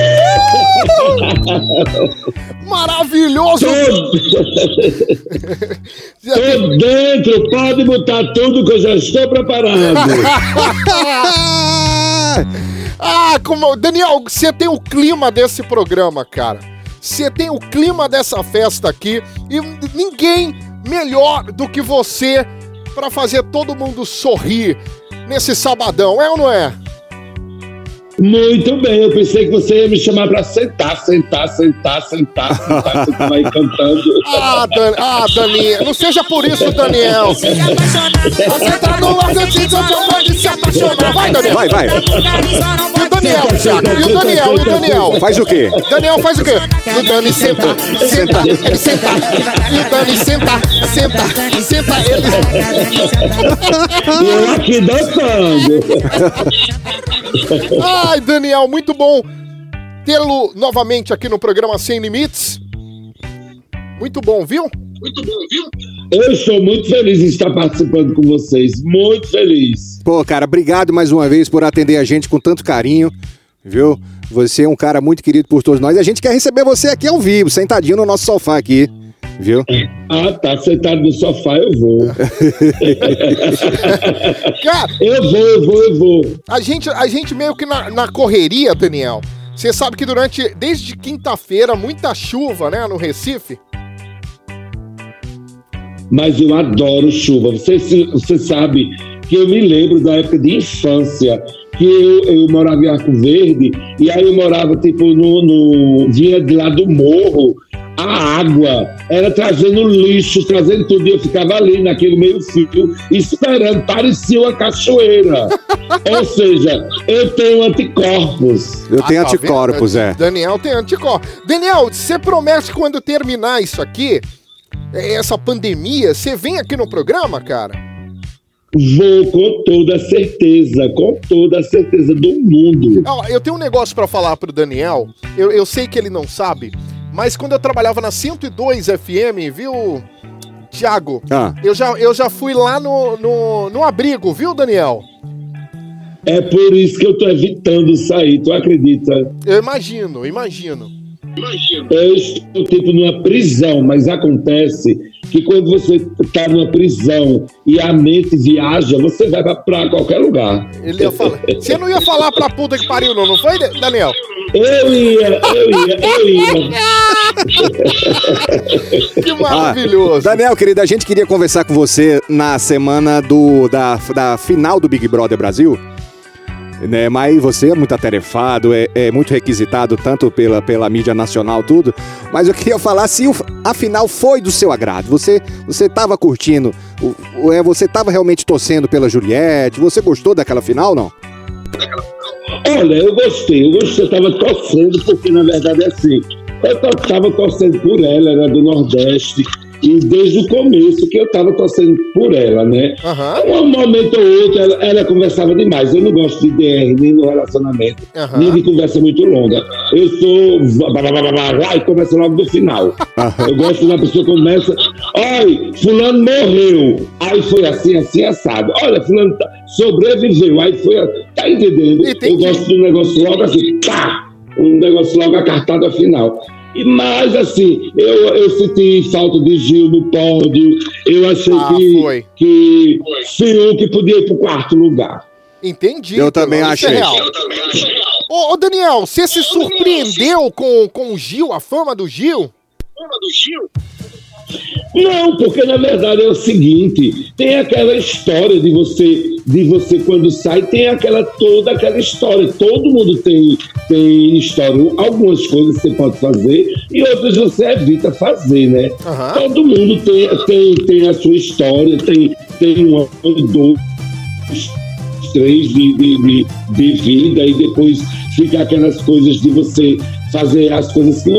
[SPEAKER 2] Maravilhoso!
[SPEAKER 11] Tô dentro, pode botar tudo que eu já estou preparado.
[SPEAKER 2] Ah, como. Daniel, você tem o clima desse programa, cara. Você tem o clima dessa festa aqui e ninguém melhor do que você pra fazer todo mundo sorrir nesse sabadão, é ou não é?
[SPEAKER 11] Muito bem, eu pensei que você ia me chamar pra sentar, sentar, sentar, sentar, sentar, você tava aí cantando.
[SPEAKER 2] Ah, Dan... ah Daniel, não seja por isso, Daniel.
[SPEAKER 10] Se apaixonar, você tá
[SPEAKER 2] no
[SPEAKER 10] numa
[SPEAKER 2] lado
[SPEAKER 10] sentido, só não pode se apaixonar.
[SPEAKER 2] Vai, Daniel.
[SPEAKER 3] Vai, vai.
[SPEAKER 2] E o Daniel, Thiago? E o Daniel, e o Daniel?
[SPEAKER 3] Faz o quê?
[SPEAKER 2] Daniel faz o quê? E o Dani senta, senta, ele senta. E o Dani senta, senta, senta, ele.
[SPEAKER 11] E eu aqui dançando.
[SPEAKER 2] Ai, Daniel, muito bom tê-lo novamente aqui no programa Sem Limites. Muito bom, viu?
[SPEAKER 11] Eu estou muito feliz em estar participando com vocês, muito feliz.
[SPEAKER 3] Pô, cara, obrigado mais uma vez por atender a gente com tanto carinho, viu? Você é um cara muito querido por todos nós. E a gente quer receber você aqui ao vivo, sentadinho no nosso sofá aqui. Viu?
[SPEAKER 11] Ah, tá. Sentado no sofá, eu vou. eu vou, eu vou, eu vou.
[SPEAKER 2] A gente, a gente meio que na, na correria, Daniel. Você sabe que durante, desde quinta-feira, muita chuva, né, no Recife.
[SPEAKER 11] Mas eu adoro chuva. Você, se- você sabe que eu me lembro da época de infância, que eu, eu morava em Arco Verde, e aí eu morava, tipo, no, no. vinha de lá do morro, a água era trazendo lixo, trazendo tudo, e eu ficava ali naquele meio fio, esperando, parecia uma cachoeira. Ou seja, eu tenho anticorpos.
[SPEAKER 3] Eu
[SPEAKER 2] Ah,
[SPEAKER 3] tenho
[SPEAKER 2] tá
[SPEAKER 3] anticorpos, é.
[SPEAKER 2] Daniel tem anticorpos. Daniel, você promete que quando terminar isso aqui, eh, essa pandemia, você vem aqui no programa, cara?
[SPEAKER 11] Vou com toda certeza, com toda a certeza do mundo.
[SPEAKER 2] Ó, eu tenho um negócio pra falar pro Daniel. Eu, eu sei que ele não sabe, mas quando eu trabalhava na 102 FM, viu, Thiago?
[SPEAKER 3] Ah.
[SPEAKER 2] Eu, já, eu já fui lá no, no, no abrigo, viu, Daniel?
[SPEAKER 11] É por isso que eu tô evitando sair, tu acredita?
[SPEAKER 2] Eu imagino, eu imagino.
[SPEAKER 11] Eu estou tipo numa prisão, mas acontece que quando você tá numa prisão e a mente viaja, você vai pra- pra qualquer lugar.
[SPEAKER 2] Ele ia falar. Você não ia falar pra puta que pariu, não, não foi, Daniel?
[SPEAKER 11] Eu ia, eu ia, eu ia.
[SPEAKER 2] Que maravilhoso.
[SPEAKER 3] Ah, Daniel, querido, a gente queria conversar com você na semana do, da, da final do Big Brother Brasil. Né, mas você é muito atarefado, é, é muito requisitado tanto pela, pela mídia nacional, tudo. Mas eu queria falar se o- a final foi do seu agrado. Você você estava curtindo, o- o- é, você estava realmente torcendo pela Juliette, você gostou daquela final, não?
[SPEAKER 11] Olha, eu gostei, eu gostei, eu tava torcendo, porque na verdade é assim. Eu to- tava torcendo por ela, era do Nordeste, e desde o começo que eu tava torcendo por ela, né?
[SPEAKER 2] Aham.
[SPEAKER 11] Um momento ou outro, ela, ela conversava demais. Eu não gosto de DR, nem no relacionamento,
[SPEAKER 2] Aham.
[SPEAKER 11] nem de conversa muito longa. Eu sou. vá, vá, vá, vá, vá, vá, E começa logo do final. Eu gosto da pessoa que começa. Ai, Fulano morreu. Aí foi assim, assim, assado. Olha, Fulano tá- sobreviveu. Aí foi. a- Tá entendendo? Eu gosto do negócio logo assim, pá! Um negócio logo a cartada final. E mais assim, eu, eu senti falta de Gil no pódio. Eu achei
[SPEAKER 2] Ah,
[SPEAKER 11] que,
[SPEAKER 2] foi.
[SPEAKER 11] que Fiuk podia ir pro quarto lugar.
[SPEAKER 2] Entendi.
[SPEAKER 11] Eu também
[SPEAKER 2] Isso é
[SPEAKER 11] achei.
[SPEAKER 2] real.
[SPEAKER 11] Eu
[SPEAKER 2] Ô, ô, Daniel, você se surpreendeu com, com o Gil, a fama do Gil? Fama do Gil?
[SPEAKER 11] Não, porque na verdade é o seguinte, tem aquela história de você, de você quando sai, tem aquela toda aquela história. Todo mundo tem tem história. Algumas coisas você pode fazer e outras você evita fazer, né? Todo mundo tem, tem, tem a sua história, tem tem um ano, dois, três de, de, de, de vida e depois fica aquelas coisas de você fazer as coisas que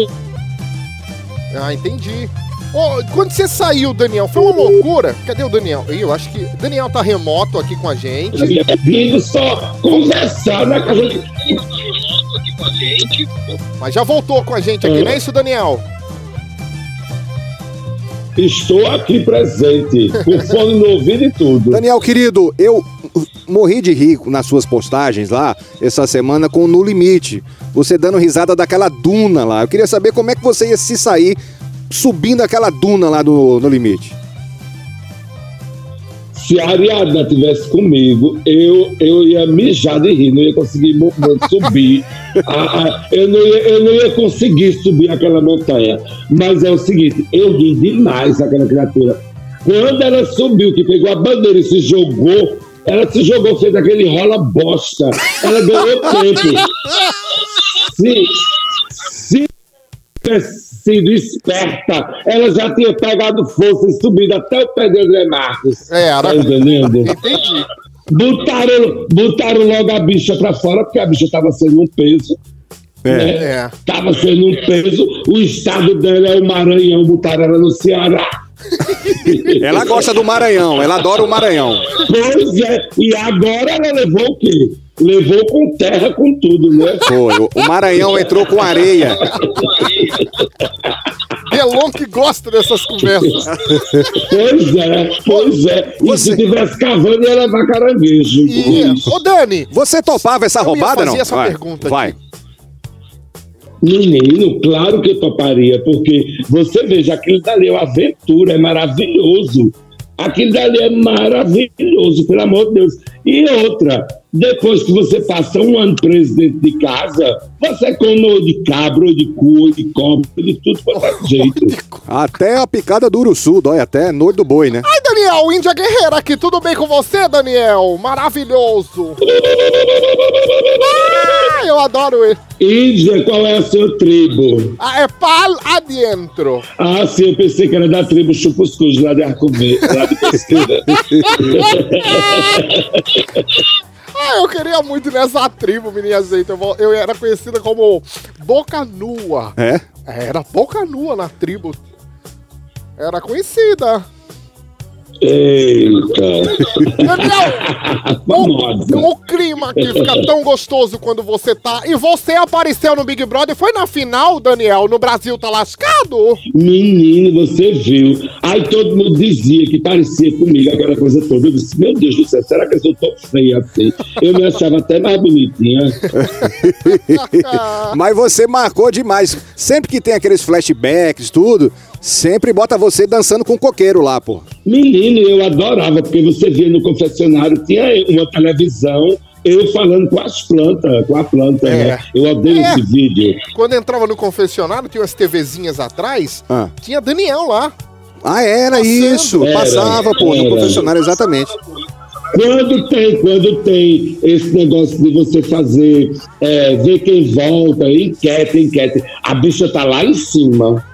[SPEAKER 11] não
[SPEAKER 2] Ah, entendi. Ô, quando você saiu, Daniel, foi uma loucura. Cadê o Daniel? Ih, Eu acho que Daniel tá remoto aqui com a gente.
[SPEAKER 11] Vindo só né? conversar na casa de...
[SPEAKER 2] Mas já voltou com a gente aqui, não é isso, Daniel?
[SPEAKER 11] Estou aqui presente, com fone no ouvido e tudo.
[SPEAKER 3] Daniel, querido, eu morri de rir nas suas postagens lá essa semana com o No Limite. Você dando risada daquela duna lá. Eu queria saber como é que você ia se sair subindo aquela duna lá do, no Limite.
[SPEAKER 11] Se a Ariadna tivesse comigo, eu, eu ia mijar de rir, não ia conseguir mo- mo- subir. A- a- eu, não ia, eu não ia conseguir subir aquela montanha. Mas é o seguinte, eu ri demais aquela criatura. Quando ela subiu, que pegou a bandeira e se jogou, ela se jogou, fez aquele rola bosta. Ela ganhou tempo. Se, se tivesse sido esperta, ela já tinha pegado força e subido até o pé de André Marcos.
[SPEAKER 2] É, era.
[SPEAKER 11] Tá entendendo?
[SPEAKER 2] Entendi.
[SPEAKER 11] Botaram, botaram logo a bicha pra fora, porque a bicha tava sendo um peso.
[SPEAKER 3] É.
[SPEAKER 11] né?
[SPEAKER 2] É.
[SPEAKER 11] Tava sendo um peso. O estado dela é o Maranhão, botaram ela no Ceará.
[SPEAKER 3] Ela gosta do Maranhão, ela adora o Maranhão.
[SPEAKER 11] Pois é, e agora ela levou o quê? Levou com terra, com tudo, né?
[SPEAKER 3] Foi, o- o Maranhão entrou com areia.
[SPEAKER 2] Delon que gosta dessas conversas.
[SPEAKER 11] Pois é, pois é. E se tivesse cavando, ia levar caranguejo.
[SPEAKER 2] E, ô, Dani.
[SPEAKER 3] Você topava essa
[SPEAKER 2] eu ia
[SPEAKER 3] roubada,
[SPEAKER 2] fazer
[SPEAKER 3] não?
[SPEAKER 2] essa
[SPEAKER 3] vai,
[SPEAKER 2] pergunta
[SPEAKER 3] vai.
[SPEAKER 11] Menino, claro que eu toparia, porque você veja, aquilo dali é uma aventura, é maravilhoso. Aquilo dali é maravilhoso, pelo amor de Deus. E outra, depois que você passa um ano preso dentro de casa, você conou de cabra, de cu, de cobra, de tudo quanto é jeito.
[SPEAKER 3] Até a picada do uruçu, dói até no olho do boi, né?
[SPEAKER 2] Ai, Daniel, Índia Guerreira aqui, tudo bem com você, Daniel? Maravilhoso! Ah, eu adoro ele.
[SPEAKER 11] Índia, qual é a sua tribo?
[SPEAKER 2] Ah, é pal adentro.
[SPEAKER 11] Ah, sim, eu pensei que era da tribo Chupuscus, lá de Arcomê, lá de Pesqueira.
[SPEAKER 2] Ah, eu queria muito ir nessa tribo, menina gente. Eu, vou- eu era conhecida como Boca Nua.
[SPEAKER 3] É?
[SPEAKER 2] Era Boca Nua na tribo. Era conhecida.
[SPEAKER 11] Eita! então.
[SPEAKER 2] O clima que fica tão gostoso quando você tá. E você apareceu no Big Brother. Foi na final, Daniel? No Brasil tá lascado?
[SPEAKER 11] Menino, você viu. Aí todo mundo dizia que parecia comigo aquela coisa toda. Eu disse, meu Deus do céu, será que eu sou tão feia assim? Eu me achava até mais bonitinha.
[SPEAKER 2] Ah,
[SPEAKER 3] Mas você marcou demais. Sempre que tem aqueles flashbacks, tudo, sempre bota você dançando com o coqueiro lá, pô.
[SPEAKER 11] Menino, eu adorava, porque você via no confessionário, tinha uma televisão, eu falando com as plantas, com a planta,
[SPEAKER 2] É.
[SPEAKER 11] né? Eu odeio
[SPEAKER 2] É.
[SPEAKER 11] esse vídeo.
[SPEAKER 2] Quando entrava no confessionário, tinha umas TVzinhas atrás.
[SPEAKER 3] Ah.
[SPEAKER 2] Tinha Daniel lá.
[SPEAKER 3] Ah, era isso.
[SPEAKER 11] Era,
[SPEAKER 3] Passava, pô, no
[SPEAKER 11] era.
[SPEAKER 3] confessionário, exatamente.
[SPEAKER 11] Quando tem, quando tem esse negócio de você fazer, é, ver quem volta, enquete, enquete. A bicha tá lá em cima.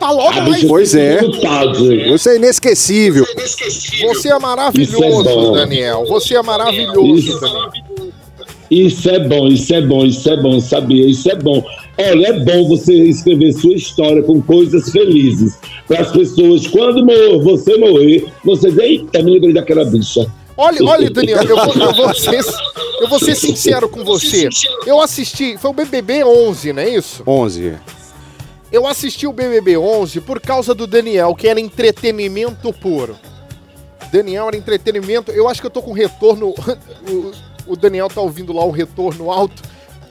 [SPEAKER 2] Tá logo
[SPEAKER 11] A
[SPEAKER 2] lá
[SPEAKER 11] bicha
[SPEAKER 2] em
[SPEAKER 3] Pois
[SPEAKER 11] fica
[SPEAKER 3] é.
[SPEAKER 11] revoltada.
[SPEAKER 3] Você é inesquecível.
[SPEAKER 2] Você é
[SPEAKER 11] Isso é
[SPEAKER 2] maravilhoso,
[SPEAKER 11] bom.
[SPEAKER 2] Daniel. Você é maravilhoso,
[SPEAKER 11] Isso.
[SPEAKER 2] Daniel.
[SPEAKER 11] Isso é bom, isso é bom, isso é bom, sabia? Isso é bom. Olha, é bom você escrever sua história com coisas felizes. Para as pessoas, quando mor- você morrer, você diz, eita, me lembrei daquela bicha.
[SPEAKER 2] Olha, olha, Daniel, eu vou, eu, vou ser, eu vou ser sincero com você. Eu assisti, foi o BBB 11, não é isso?
[SPEAKER 3] 11.
[SPEAKER 2] Eu assisti o BBB 11 por causa do Daniel, que era entretenimento puro. Daniel era entretenimento. Eu acho que eu tô com retorno. O, o Daniel tá ouvindo lá um retorno alto.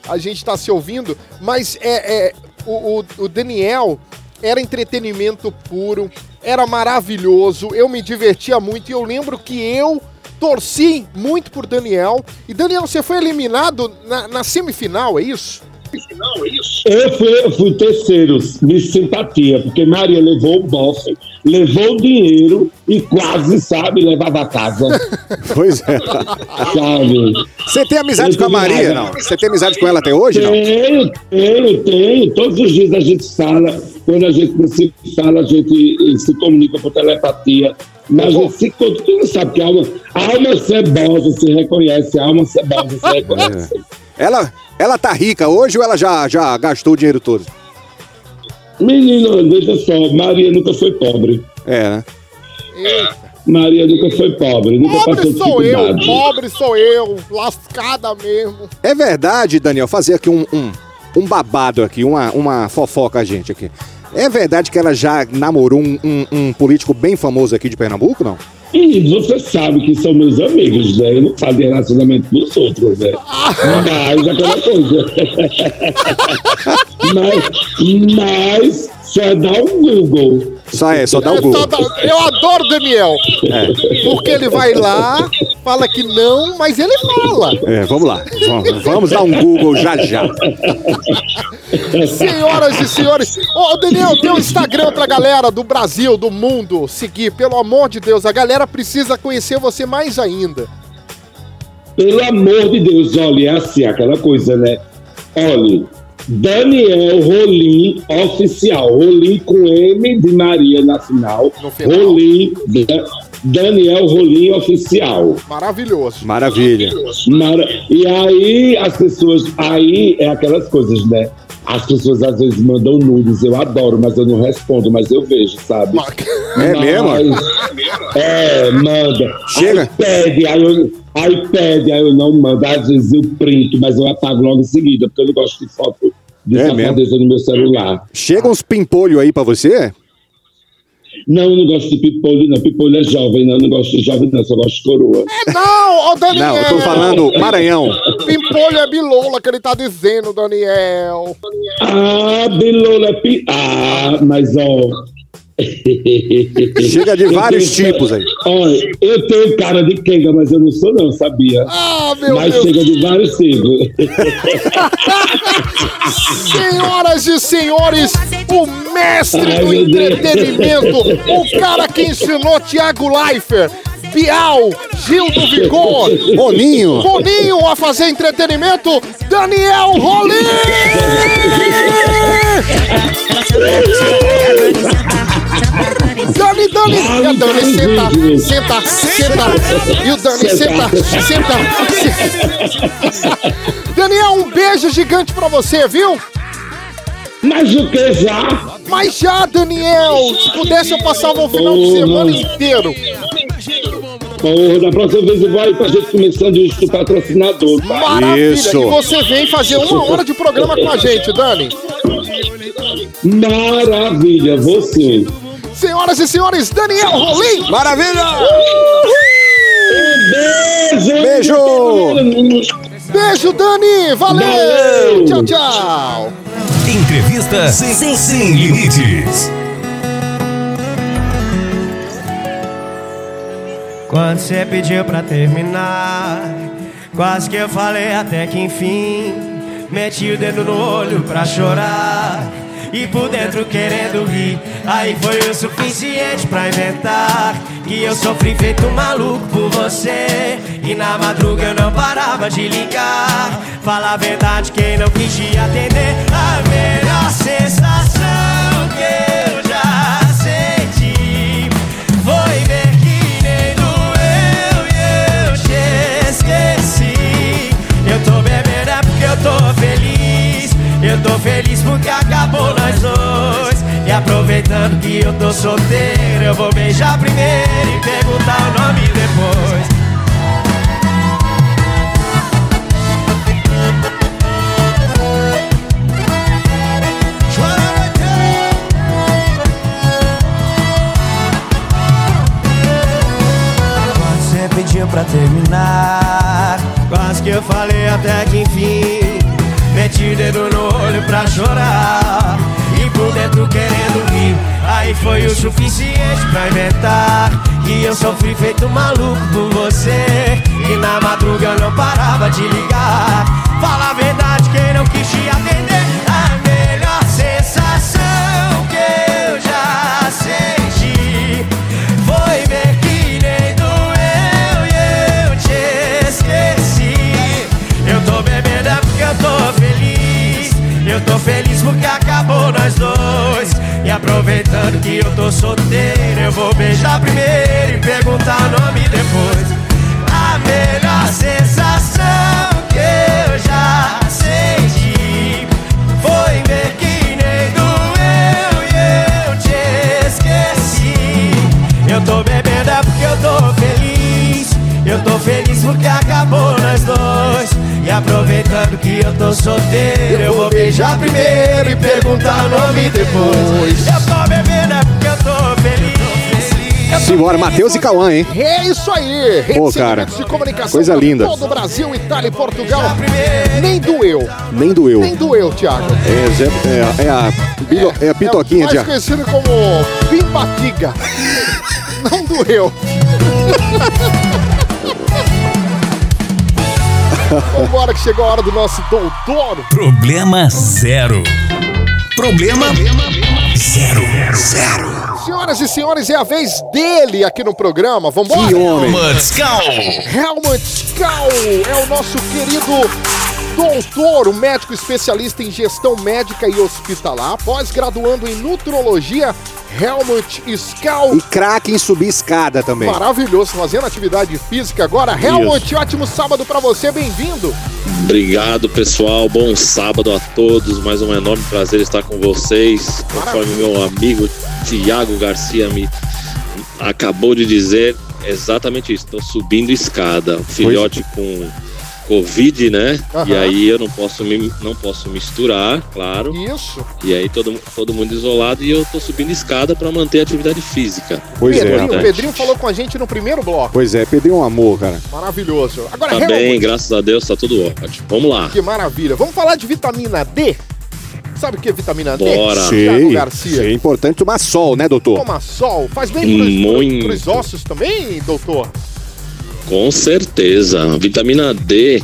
[SPEAKER 2] A gente tá se ouvindo, mas é, é, o, o- o Daniel era entretenimento puro, era maravilhoso. Eu me divertia muito e eu lembro que eu torci muito por Daniel. E Daniel, você foi eliminado na, na semifinal, é isso? Semifinal, é isso?
[SPEAKER 11] Eu fui, eu fui terceiro, Miss Simpatia, porque Maria levou o bofe, levou o dinheiro e quase, sabe, levava a casa.
[SPEAKER 3] Pois é.
[SPEAKER 11] sabe?
[SPEAKER 3] Você tem amizade com a Maria, não? Você tem amizade com ela até hoje, não?
[SPEAKER 11] Tenho, tenho, tenho. Todos os dias a gente fala. Quando a gente não se fala, a gente eh, se comunica por telepatia. Mas a
[SPEAKER 2] Tá
[SPEAKER 11] gente se encontra, tu não sabe que a alma, a alma cebosa se reconhece, a alma cebosa se reconhece.
[SPEAKER 2] É.
[SPEAKER 3] Ela, ela tá rica hoje ou ela já, já gastou o dinheiro todo?
[SPEAKER 11] Menino, veja só, Maria nunca foi pobre.
[SPEAKER 3] É, né?
[SPEAKER 11] Maria nunca foi pobre, nunca
[SPEAKER 2] Pobre
[SPEAKER 11] passou
[SPEAKER 2] sou eu,
[SPEAKER 11] dificuldade.
[SPEAKER 2] pobre sou eu, lascada mesmo.
[SPEAKER 3] É verdade, Daniel, fazer aqui um, um, um babado aqui, uma, uma fofoca a gente aqui. É verdade que ela já namorou um, um- um político bem famoso aqui de Pernambuco, não?
[SPEAKER 11] E você sabe que são meus amigos, né? Eu não falo de relacionamento dos outros, né? Mas é aquela coisa. mas, mas só dá um Google.
[SPEAKER 3] Só é, só dá o
[SPEAKER 2] É
[SPEAKER 3] gol. É.
[SPEAKER 2] só da- Eu adoro o Daniel, porque ele vai lá, fala que não, mas ele fala.
[SPEAKER 3] É, é, vamos lá. Vamos, vamos dar um Google já já.
[SPEAKER 2] Senhoras e senhores, ô Daniel, tem um Instagram pra galera do Brasil, do mundo seguir, pelo amor de Deus, a galera precisa conhecer você mais ainda.
[SPEAKER 11] Pelo amor de Deus, olha, é assim, aquela coisa, né? Olha, Daniel Rolim oficial. Rolim com M de Maria na final.
[SPEAKER 2] final.
[SPEAKER 11] Rolim, Da- Daniel Rolim oficial.
[SPEAKER 2] Maravilhoso.
[SPEAKER 3] Maravilha.
[SPEAKER 11] Mara- E aí as pessoas, aí é aquelas coisas, né? As pessoas às vezes mandam nudes, eu adoro, mas eu não respondo, mas eu vejo, sabe?
[SPEAKER 3] É
[SPEAKER 11] Mas-
[SPEAKER 3] mesmo?
[SPEAKER 11] É, manda.
[SPEAKER 3] Chega.
[SPEAKER 11] Aí pede, aí eu, aí pede, aí eu não mando. Às vezes eu printo, mas eu apago logo em seguida, porque eu não gosto de foto de
[SPEAKER 3] É mesmo?
[SPEAKER 11] safadeza no meu celular.
[SPEAKER 3] Chega uns pimpolho aí pra você?
[SPEAKER 11] Não, eu não gosto de pipolho, não. Pipolho é jovem, não. Eu não gosto de jovem, não. Só gosto de coroa.
[SPEAKER 2] É, Não, ô Daniel!
[SPEAKER 3] Não, eu tô falando Maranhão.
[SPEAKER 2] Pimpolho é bilola que ele tá dizendo, Daniel.
[SPEAKER 11] Ah, Bilola é pi... Ah, mas ó.
[SPEAKER 3] Chega de
[SPEAKER 11] Eu
[SPEAKER 3] vários
[SPEAKER 11] tenho-
[SPEAKER 3] tipos aí.
[SPEAKER 11] Olha, eu tenho cara de quenga, mas eu não sou, não, sabia?
[SPEAKER 2] Ah, meu
[SPEAKER 11] mas
[SPEAKER 2] Deus.
[SPEAKER 11] chega de vários tipos.
[SPEAKER 2] Senhoras e senhores, o mestre do
[SPEAKER 11] Ai, meu Deus.
[SPEAKER 2] entretenimento, o cara que ensinou Tiago Leifert, Bial, Gil do Vigor,
[SPEAKER 3] Boninho.
[SPEAKER 2] Boninho a fazer entretenimento, Daniel Rolim! Dani, Dani! E a Dani senta, senta, senta! E o Dani senta, senta! Daniel, um beijo gigante pra você, viu?
[SPEAKER 11] Mas o que já?
[SPEAKER 2] Mas já, Daniel! Se pudesse, eu passava o final de semana inteiro.
[SPEAKER 11] Porra, da próxima vez eu vou pra gente começando o do patrocinador. tá?
[SPEAKER 2] Maravilha! E você vem fazer uma hora de programa com a gente, Dani.
[SPEAKER 11] Maravilha, você.
[SPEAKER 2] Senhoras e senhores, Daniel Rolim!
[SPEAKER 3] Maravilha!
[SPEAKER 11] Beijo!
[SPEAKER 2] Beijo, Dani! Valeu!
[SPEAKER 9] Valeu!
[SPEAKER 2] Tchau, tchau!
[SPEAKER 9] Entrevista Sem, Sem, Limites.
[SPEAKER 12] Quando você pediu pra terminar, quase que eu falei até que enfim. Meti o dedo no olho pra chorar e por dentro querendo rir. Aí foi o suficiente pra inventar que eu sofri feito um maluco por você. E na madruga eu não parava de ligar. Fala a verdade, quem não quis te atender, a melhor sensação que eu já senti foi ver que nem doeu e eu te esqueci. Eu tô bebendo é porque eu tô feliz. Eu tô feliz porque acabou nós dois. E aproveitando que eu tô solteiro, eu vou beijar primeiro e perguntar o nome depois. Quando você pediu pra terminar Quase que eu falei até que enfim Meti o dedo no olho pra chorar E por dentro querendo rir Aí foi o suficiente pra inventar Que eu sofri feito maluco por você E na madruga eu não parava de ligar Fala a verdade, quem não quis te atender A melhor sensação que eu já senti Foi ver que nem doeu e eu te esqueci Eu tô bebendo é porque eu tô feliz Eu tô feliz porque acabou nós dois E aproveitando que eu tô solteiro Eu vou beijar primeiro e perguntar o nome depois A melhor sensação que eu já senti Foi ver que nem doeu e eu te esqueci eu tô bebendo é porque eu tô feliz Eu tô feliz porque acabou nós dois E aproveitando que eu tô solteiro Eu vou beijar primeiro e perguntar o nome depois Eu tô bebendo é porque eu tô feliz
[SPEAKER 3] Simbora, Matheus e Cauã, hein?
[SPEAKER 2] É isso aí! Rede
[SPEAKER 3] Pô,
[SPEAKER 2] de
[SPEAKER 3] cara,
[SPEAKER 2] Serviços de comunicação
[SPEAKER 3] coisa
[SPEAKER 2] pra
[SPEAKER 3] linda.
[SPEAKER 2] Todo o Brasil, Itália e Portugal. Nem doeu.
[SPEAKER 3] Nem doeu.
[SPEAKER 2] Nem doeu, Thiago.
[SPEAKER 3] É, Zé- é- é a, bilo- é a pitoquinha,
[SPEAKER 2] é o mais conhecido
[SPEAKER 3] Tiago.
[SPEAKER 2] como Pimbatiga. Não doeu. Vambora que chegou a hora do nosso doutor.
[SPEAKER 9] Problema zero. Problema, zero. Zero.
[SPEAKER 2] Senhoras e senhores, é a vez dele aqui no programa. Vambora.
[SPEAKER 9] Que homem. Helmut Kohl.
[SPEAKER 2] Helmut Kohl é o nosso querido doutor, o médico especialista em gestão médica e hospitalar, pós-graduando em nutrologia, Helmut Kohl.
[SPEAKER 3] E craque em subir escada também.
[SPEAKER 2] Maravilhoso, fazendo atividade física agora. Helmut, ótimo sábado pra você, bem-vindo.
[SPEAKER 13] Obrigado, pessoal. Bom sábado a todos. Mais um enorme prazer estar com vocês. Conforme meu amigo Tiago Garcia me acabou de dizer, é exatamente isso. Estou subindo escada. Um filhote com Covid, né?
[SPEAKER 2] Aham.
[SPEAKER 13] E aí eu não posso me não posso misturar, claro.
[SPEAKER 2] Isso.
[SPEAKER 13] E aí todo, mu- todo mundo isolado e eu tô subindo escada pra manter a atividade física.
[SPEAKER 3] Pois é,
[SPEAKER 2] Pedrinho, o
[SPEAKER 3] rapaz.
[SPEAKER 2] Pedrinho falou com a gente no primeiro bloco.
[SPEAKER 3] Pois é, Pedrinho é um amor, cara.
[SPEAKER 2] Maravilhoso. Agora,
[SPEAKER 13] Tá bem, graças a Deus, tá tudo ótimo. Vamos lá.
[SPEAKER 2] Que maravilha. Vamos falar de vitamina D? Sabe o que é vitamina D?
[SPEAKER 13] Bora.
[SPEAKER 2] Thiago
[SPEAKER 3] Sei,
[SPEAKER 2] Garcia.
[SPEAKER 3] sei, é importante tomar sol, né, doutor?
[SPEAKER 2] Toma sol. Faz bem pros,
[SPEAKER 13] Hum, Muito.
[SPEAKER 2] pros ossos também, doutor?
[SPEAKER 13] Com certeza. Vitamina D,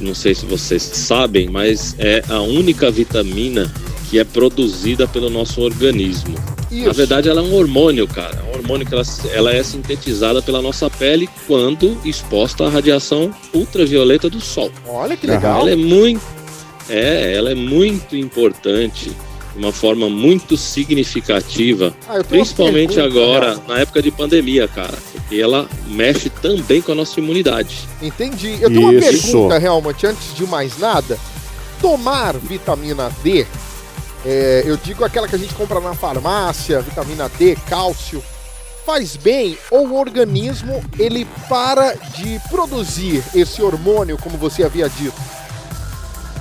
[SPEAKER 13] não sei se vocês sabem, mas é a única vitamina que é produzida pelo nosso organismo. Na verdade, ela é um hormônio, cara. É um hormônio que ela, ela é sintetizada pela nossa pele quando exposta à radiação ultravioleta do sol.
[SPEAKER 2] Olha que
[SPEAKER 13] Aham.
[SPEAKER 2] legal.
[SPEAKER 13] Ela é muito, é, ela é muito importante, de uma forma muito significativa,
[SPEAKER 2] Ah, eu tenho uma
[SPEAKER 13] principalmente
[SPEAKER 2] pergunta,
[SPEAKER 13] agora,
[SPEAKER 2] Nelson.
[SPEAKER 13] na época de pandemia, cara, porque ela mexe também com a nossa imunidade.
[SPEAKER 2] Entendi. Eu tenho uma
[SPEAKER 13] Isso.
[SPEAKER 2] pergunta, realmente, antes de mais nada. Tomar vitamina D, é, eu digo aquela que a gente compra na farmácia, vitamina D, cálcio, faz bem ou o organismo ele para de produzir esse hormônio, como você havia dito?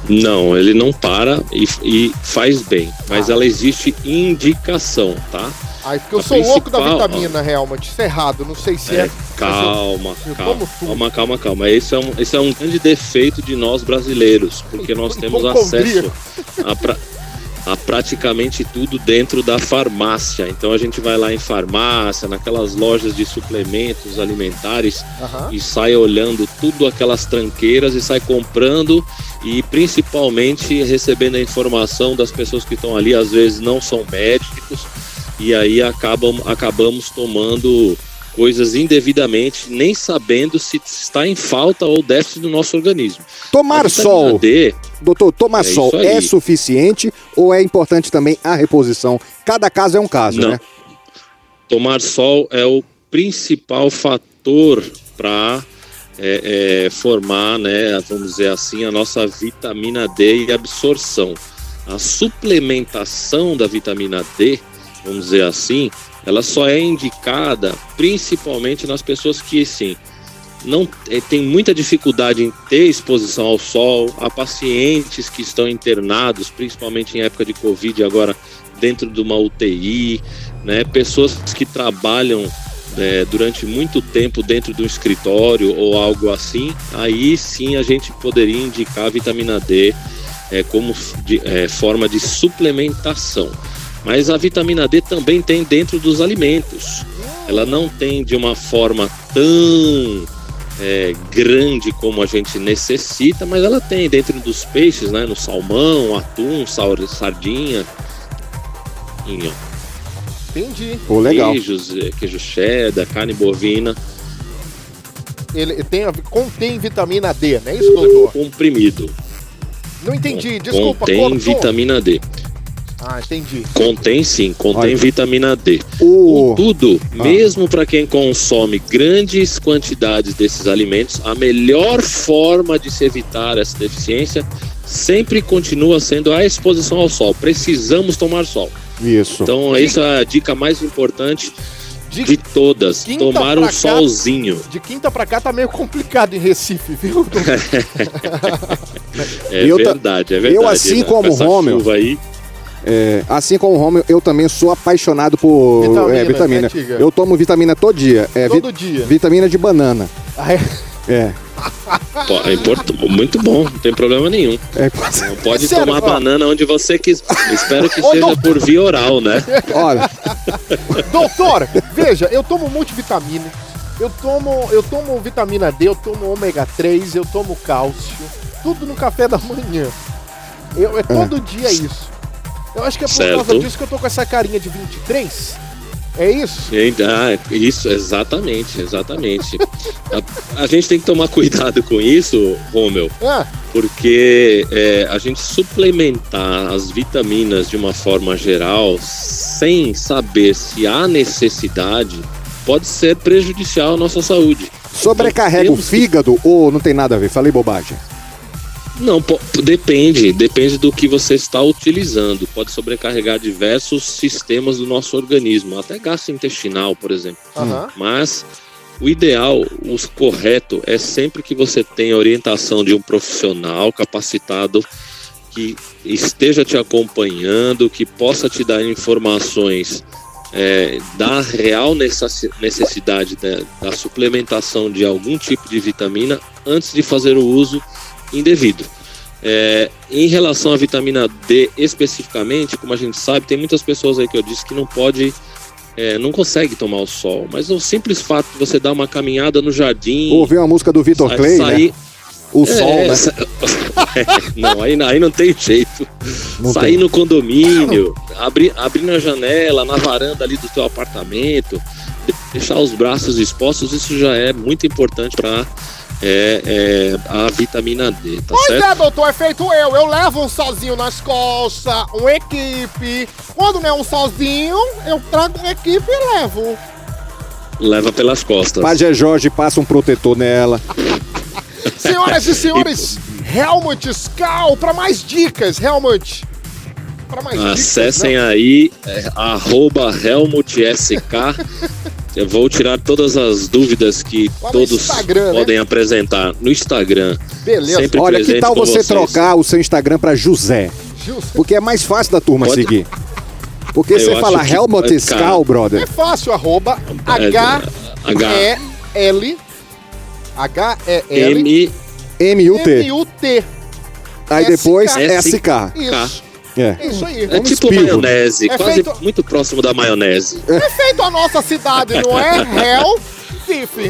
[SPEAKER 13] Não, ele não para e, e faz bem, mas
[SPEAKER 2] Ah.
[SPEAKER 13] ela existe indicação, tá?
[SPEAKER 2] Aí, porque eu
[SPEAKER 13] A
[SPEAKER 2] sou louco da
[SPEAKER 13] principal, né?
[SPEAKER 2] vitamina, realmente. Isso é errado, não sei se é.
[SPEAKER 13] É, calma,
[SPEAKER 2] eu
[SPEAKER 13] calma,
[SPEAKER 2] como tudo.
[SPEAKER 13] calma, calma, calma. Esse é, um, esse é um grande defeito de nós brasileiros, porque nós temos
[SPEAKER 2] vamos convir.
[SPEAKER 13] acesso a, pra- a praticamente tudo dentro da farmácia. Então a gente vai lá em farmácia, naquelas lojas de suplementos alimentares e sai olhando tudo aquelas tranqueiras e sai comprando e principalmente recebendo a informação das pessoas que estão ali, às vezes não são médicos, e aí acabam, acabamos tomando coisas indevidamente, nem sabendo se está em falta ou déficit do nosso organismo.
[SPEAKER 3] Tomar
[SPEAKER 2] tá
[SPEAKER 13] A vitamina
[SPEAKER 3] sol.
[SPEAKER 13] D,
[SPEAKER 3] Doutor, tomar
[SPEAKER 13] É isso
[SPEAKER 3] sol é
[SPEAKER 13] aí.
[SPEAKER 3] suficiente ou é importante também a reposição? Cada caso é um caso,
[SPEAKER 13] Não.
[SPEAKER 3] né?
[SPEAKER 13] tomar sol é o principal fator para formar, né, vamos dizer assim, a nossa vitamina D e absorção. A suplementação da vitamina D, vamos dizer assim, ela só é indicada principalmente nas pessoas que, assim, não eh, tem muita dificuldade em ter exposição ao sol, a pacientes que estão internados, principalmente em época de Covid, agora dentro de uma UTI, né? pessoas que trabalham eh, durante muito tempo dentro de um escritório ou algo assim, aí sim a gente poderia indicar a vitamina D eh, como f- de- eh, forma de suplementação. Mas a vitamina D também tem dentro dos alimentos. Ela não tem de uma forma tão é, grande como a gente necessita, mas ela tem dentro dos peixes, né? No salmão, atum, sal- sardinha, em, ó,
[SPEAKER 2] Entendi.
[SPEAKER 3] Pô, legal.
[SPEAKER 13] queijos, eh, queijo cheddar, carne bovina,
[SPEAKER 2] Ele tem, a- contém vitamina D, não é isso, doutor?
[SPEAKER 13] um comprimido.
[SPEAKER 2] Não entendi, desculpa,
[SPEAKER 13] contém
[SPEAKER 2] cortou.
[SPEAKER 13] vitamina D.
[SPEAKER 2] Ah, entendi.
[SPEAKER 13] Contém sim, contém
[SPEAKER 2] Olha.
[SPEAKER 13] vitamina D.
[SPEAKER 3] O...
[SPEAKER 13] Contudo,
[SPEAKER 2] Ah.
[SPEAKER 13] mesmo para quem consome grandes quantidades desses alimentos, a melhor forma de se evitar essa deficiência sempre continua sendo a exposição ao sol. Precisamos tomar sol.
[SPEAKER 3] Isso.
[SPEAKER 13] Então, essa é a dica mais importante
[SPEAKER 2] de,
[SPEAKER 13] todas:
[SPEAKER 2] Quinta
[SPEAKER 13] tomar
[SPEAKER 2] pra
[SPEAKER 13] um
[SPEAKER 2] cá-
[SPEAKER 13] solzinho.
[SPEAKER 2] De quinta pra cá tá meio complicado em Recife, viu?
[SPEAKER 13] É
[SPEAKER 3] Eu ta-
[SPEAKER 13] verdade, é
[SPEAKER 3] eu,
[SPEAKER 13] verdade.
[SPEAKER 3] assim
[SPEAKER 13] né?
[SPEAKER 3] como
[SPEAKER 13] Com essa
[SPEAKER 3] o Romeu-
[SPEAKER 13] chuva aí.
[SPEAKER 3] É, assim como o Romeu, eu também sou apaixonado por
[SPEAKER 13] Vitamina,
[SPEAKER 3] vitamina. É, vitamina.
[SPEAKER 13] né, Tiga?
[SPEAKER 3] eu tomo vitamina todo dia. É,
[SPEAKER 2] Todo dia.
[SPEAKER 3] Vitamina de banana.
[SPEAKER 2] Ah, é?
[SPEAKER 3] É.
[SPEAKER 13] Pô, é import- Muito bom, não tem problema nenhum.
[SPEAKER 3] É,
[SPEAKER 13] Não pode
[SPEAKER 3] É sério,
[SPEAKER 13] tomar
[SPEAKER 3] ó.
[SPEAKER 13] banana onde você quiser. Espero que
[SPEAKER 2] Ô,
[SPEAKER 13] seja
[SPEAKER 2] doutor.
[SPEAKER 13] por via oral, né?
[SPEAKER 3] Olha,
[SPEAKER 2] Doutor, veja, eu tomo multivitamina, eu tomo, eu tomo vitamina D, eu tomo ômega 3, eu tomo cálcio, tudo no café da manhã. Eu, é todo dia isso. Eu acho que é por causa
[SPEAKER 13] Certo.
[SPEAKER 2] disso que eu tô com essa carinha de 23. É isso?
[SPEAKER 13] Eita, Ah, isso, exatamente, exatamente. a, a gente tem que tomar cuidado com isso, Romeu,
[SPEAKER 2] Ah,
[SPEAKER 13] porque é, a gente suplementar as vitaminas de uma forma geral, sem saber se há necessidade, pode ser prejudicial à nossa saúde. Então,
[SPEAKER 3] sobrecarrega o fígado ou não tem nada a ver? Falei bobagem.
[SPEAKER 13] Não, po- depende, depende do que você está utilizando. Pode sobrecarregar
[SPEAKER 2] Hum. Tá
[SPEAKER 13] diversos sistemas do nosso organismo, até gastrointestinal, por exemplo.
[SPEAKER 2] Aham.
[SPEAKER 13] Mas O ideal, o correto, é sempre que você tenha orientação de um profissional capacitado que esteja te acompanhando, que possa te dar informações é, da real necessi- necessidade da, da suplementação de algum tipo de vitamina antes de fazer o uso indevido. É, em relação à vitamina D especificamente, como a gente sabe, tem muitas pessoas aí que eu disse que não pode, é, não consegue tomar o sol, mas o simples fato de você dar uma caminhada no jardim,
[SPEAKER 3] Ouviu a música do Vitor
[SPEAKER 13] Sa-
[SPEAKER 3] Clay,
[SPEAKER 13] sair-
[SPEAKER 3] né? O
[SPEAKER 13] É,
[SPEAKER 3] sol, né?
[SPEAKER 13] sa- não, aí, aí não tem jeito.
[SPEAKER 3] É. Não
[SPEAKER 13] sair
[SPEAKER 3] tem.
[SPEAKER 13] no condomínio, abrir, abrir na janela, na varanda ali do teu apartamento, de- deixar os braços expostos, isso já é muito importante para a vitamina D, tá
[SPEAKER 2] Pois
[SPEAKER 13] certo?
[SPEAKER 2] é, doutor, é feito eu. Eu levo um sozinho nas costas, uma equipe. Quando não é um sozinho, eu trago uma equipe e levo.
[SPEAKER 13] Leva pelas costas.
[SPEAKER 3] Pajé Jorge passa um protetor nela.
[SPEAKER 2] Senhoras e senhores, Helmut Scal, pra mais dicas, Helmut. Pra mais
[SPEAKER 13] Acessem
[SPEAKER 2] dicas. né?
[SPEAKER 13] aí, é, arroba Helmut SK. Eu vou tirar todas as dúvidas que
[SPEAKER 3] Lá no
[SPEAKER 13] todos
[SPEAKER 3] Instagram, né?
[SPEAKER 13] podem apresentar no Instagram. Sempre
[SPEAKER 3] Olha, que
[SPEAKER 13] presente
[SPEAKER 3] tal
[SPEAKER 13] com
[SPEAKER 3] você
[SPEAKER 13] vocês.
[SPEAKER 3] trocar o seu Instagram pra José?
[SPEAKER 2] né?
[SPEAKER 3] Porque é mais fácil da turma
[SPEAKER 13] Pode-
[SPEAKER 3] seguir. Porque
[SPEAKER 13] Eu
[SPEAKER 3] você
[SPEAKER 13] acho
[SPEAKER 3] fala
[SPEAKER 13] que-
[SPEAKER 3] Helmut
[SPEAKER 13] cara,
[SPEAKER 3] Scal, brother.
[SPEAKER 2] É fácil, arroba
[SPEAKER 13] É, H-
[SPEAKER 2] H-E-L
[SPEAKER 3] é
[SPEAKER 2] H-E-L
[SPEAKER 13] M
[SPEAKER 3] M-U-T.
[SPEAKER 2] M-U-T.
[SPEAKER 3] Aí depois SK.
[SPEAKER 2] Isso.
[SPEAKER 3] É.
[SPEAKER 2] Isso aí.
[SPEAKER 13] Ah, É tipo maionese,
[SPEAKER 2] É
[SPEAKER 13] quase
[SPEAKER 2] feito-
[SPEAKER 13] muito próximo da maionese.
[SPEAKER 2] É feito a nossa cidade, não é? Hell, Fife.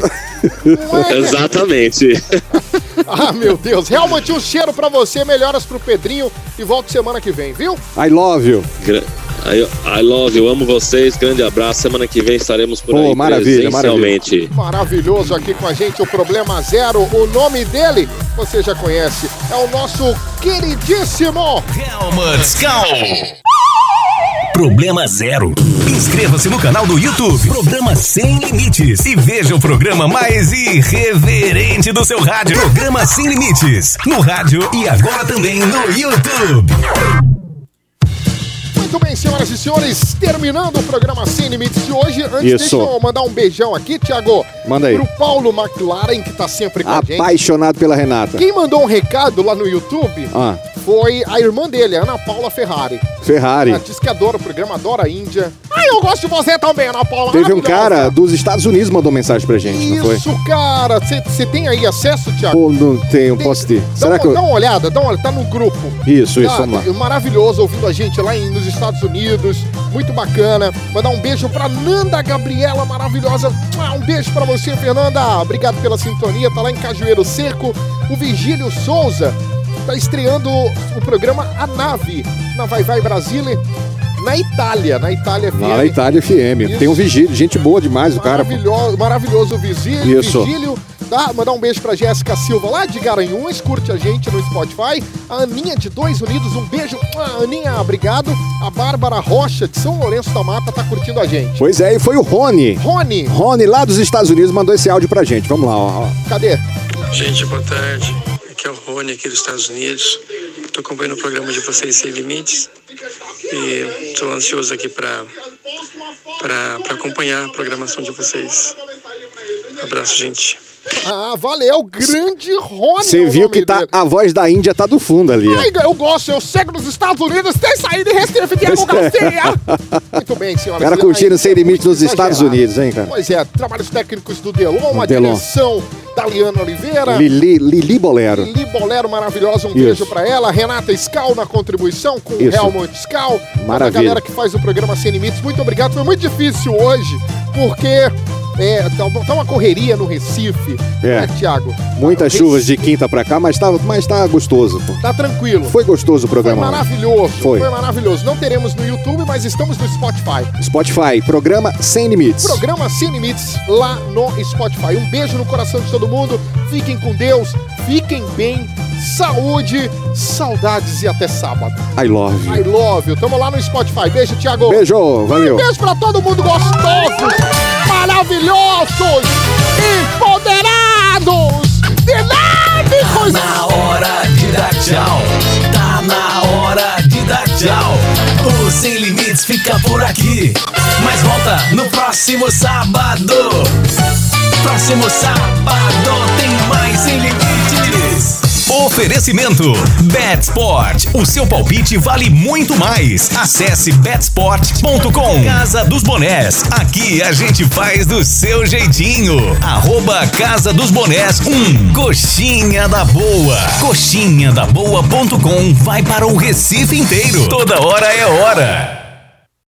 [SPEAKER 13] Exatamente.
[SPEAKER 2] Ah, meu Deus. Realmente um cheiro pra você, melhoras pro Pedrinho e volto semana que vem, viu?
[SPEAKER 3] I love you.
[SPEAKER 13] Gra- I, I love you, amo vocês, grande abraço. Semana que vem estaremos por
[SPEAKER 3] Pô,
[SPEAKER 13] aí
[SPEAKER 3] maravilha, maravilha.
[SPEAKER 13] presencialmente.
[SPEAKER 2] Maravilhoso aqui com a gente, o Problema Zero. O nome dele você já conhece. É o nosso queridíssimo.
[SPEAKER 9] Manscal. Problema zero. Inscreva-se no canal do YouTube. Programa Sem Limites. E veja o programa mais irreverente do seu rádio. Programa Sem Limites. No rádio e agora também no YouTube.
[SPEAKER 2] Muito bem, senhoras e senhores, terminando o programa Sem Limites de hoje. Antes,
[SPEAKER 3] Isso.
[SPEAKER 2] deixa eu mandar um beijão aqui, Thiago.
[SPEAKER 3] Manda aí.
[SPEAKER 2] Pro Paulo McLaren, que tá sempre com a gente.
[SPEAKER 3] Apaixonado pela Renata.
[SPEAKER 2] Quem mandou um recado lá no YouTube
[SPEAKER 3] Ah,
[SPEAKER 2] foi a irmã dele, Ana Paula Ferrari.
[SPEAKER 3] Ferrari.
[SPEAKER 2] Ela diz que adora o programa, adora a Índia. Ai, eu gosto de você também, Ana Paula.
[SPEAKER 3] Teve um
[SPEAKER 2] maravilhosa.
[SPEAKER 3] cara dos Estados Unidos mandou mensagem pra gente, não foi?
[SPEAKER 2] Isso, cara. Você tem aí acesso, Thiago?
[SPEAKER 3] Pô, não tenho, posso ter.
[SPEAKER 2] Dá,
[SPEAKER 3] Será
[SPEAKER 2] uma,
[SPEAKER 3] que eu...
[SPEAKER 2] dá uma olhada, dá uma olhada, tá no grupo.
[SPEAKER 3] Isso, isso,
[SPEAKER 2] Tá,
[SPEAKER 3] vamos lá.
[SPEAKER 2] Maravilhoso ouvindo a gente lá em- nos Estados Unidos, muito bacana. Mandar um beijo pra Nanda Gabriela, maravilhosa. Ah, Um beijo pra você, Fernanda. Obrigado pela sintonia, tá lá em Cajueiro Seco. O Vigílio Souza tá estreando o programa A Nave, na Vai Vai Brasília, na Itália, na Itália
[SPEAKER 3] Lá na Itália FM.
[SPEAKER 2] Isso.
[SPEAKER 3] Tem um vigílio, gente boa demais, o cara. pô.
[SPEAKER 2] Maravilhoso, maravilhoso Vigílio.
[SPEAKER 3] Isso.
[SPEAKER 2] Vigílio. Tá? Mandar um beijo pra Jéssica Silva lá de Garanhuns, curte a gente no Spotify. A Aninha de Dois Unidos, um beijo. Ah, Aninha, obrigado. A Bárbara Rocha de São Lourenço da Mata tá curtindo a gente.
[SPEAKER 3] Pois é, e foi o Rony.
[SPEAKER 2] Rony.
[SPEAKER 3] Rony, lá dos Estados Unidos, mandou esse áudio pra gente. Vamos lá, ó. ó.
[SPEAKER 2] Cadê?
[SPEAKER 14] Gente, boa tarde. Aqui é o Rony, aqui dos Estados Unidos. Estou acompanhando o programa de vocês Sem Limites. E estou ansioso aqui para acompanhar a programação de vocês. Abraço, gente.
[SPEAKER 2] Ah, valeu, grande Rony. é
[SPEAKER 3] Você
[SPEAKER 2] o
[SPEAKER 3] viu
[SPEAKER 2] nome
[SPEAKER 3] que tá, a voz da Índia tá do fundo ali,
[SPEAKER 2] dele.
[SPEAKER 3] ó.
[SPEAKER 2] Ai, eu gosto, eu chego nos Estados Unidos, tem saída em Recife de advocacia. Muito bem,
[SPEAKER 3] é. O
[SPEAKER 2] senhoras
[SPEAKER 3] cara
[SPEAKER 2] e-
[SPEAKER 3] curtindo
[SPEAKER 2] Ai,
[SPEAKER 3] sem limites nos
[SPEAKER 2] exagerado.
[SPEAKER 3] Estados Unidos, hein, cara?
[SPEAKER 2] Pois é, trabalhos técnicos do Delon, uma
[SPEAKER 3] Delon.
[SPEAKER 2] direção da Liana Oliveira.
[SPEAKER 3] Lili, Lili Bolero.
[SPEAKER 2] Lili Bolero maravilhosa, um
[SPEAKER 3] Isso.
[SPEAKER 2] beijo pra ela. Renata Scal na contribuição com o
[SPEAKER 3] Isso.
[SPEAKER 2] Helmut Scal. A
[SPEAKER 3] Maravilha.
[SPEAKER 2] galera que faz o programa Sem Limites, muito obrigado. Foi muito difícil hoje, porque é, tá, tá uma correria no Recife,
[SPEAKER 3] É.
[SPEAKER 2] né, Thiago?
[SPEAKER 3] Muitas chuvas de quinta pra cá, mas tá, mas tá gostoso, pô.
[SPEAKER 2] Tá tranquilo.
[SPEAKER 3] Foi gostoso o
[SPEAKER 2] Foi
[SPEAKER 3] programa. lá.
[SPEAKER 2] maravilhoso.
[SPEAKER 3] É, Foi.
[SPEAKER 2] maravilhoso. Não teremos no YouTube, mas estamos no Spotify.
[SPEAKER 3] Spotify, programa Sem Limites.
[SPEAKER 2] Programa Sem Limites lá no Spotify. Um beijo no coração de todo mundo. Fiquem com Deus, fiquem bem, saúde, saudades e até sábado.
[SPEAKER 3] I love you.
[SPEAKER 2] I love you. Tamo lá no Spotify. Beijo, Thiago.
[SPEAKER 3] Beijo, valeu.
[SPEAKER 2] Um beijo pra todo mundo gostosos, maravilhosos, empoderados, dinâmicos.
[SPEAKER 9] Na hora de dar tchau. Tá na hora de dar tchau. O Sem Limites fica por aqui. Mas volta no próximo sábado. Pra
[SPEAKER 15] próximo sábado tem mais Sem Limites.
[SPEAKER 1] Oferecimento Betsport. O seu palpite vale muito mais. Acesse betsport.com. Casa dos Bonés. Aqui a gente faz do seu jeitinho. Arroba Casa dos Bonés 1. Coxinha da Boa. Coxinha da Boa.com vai para o Recife inteiro. Toda hora é hora.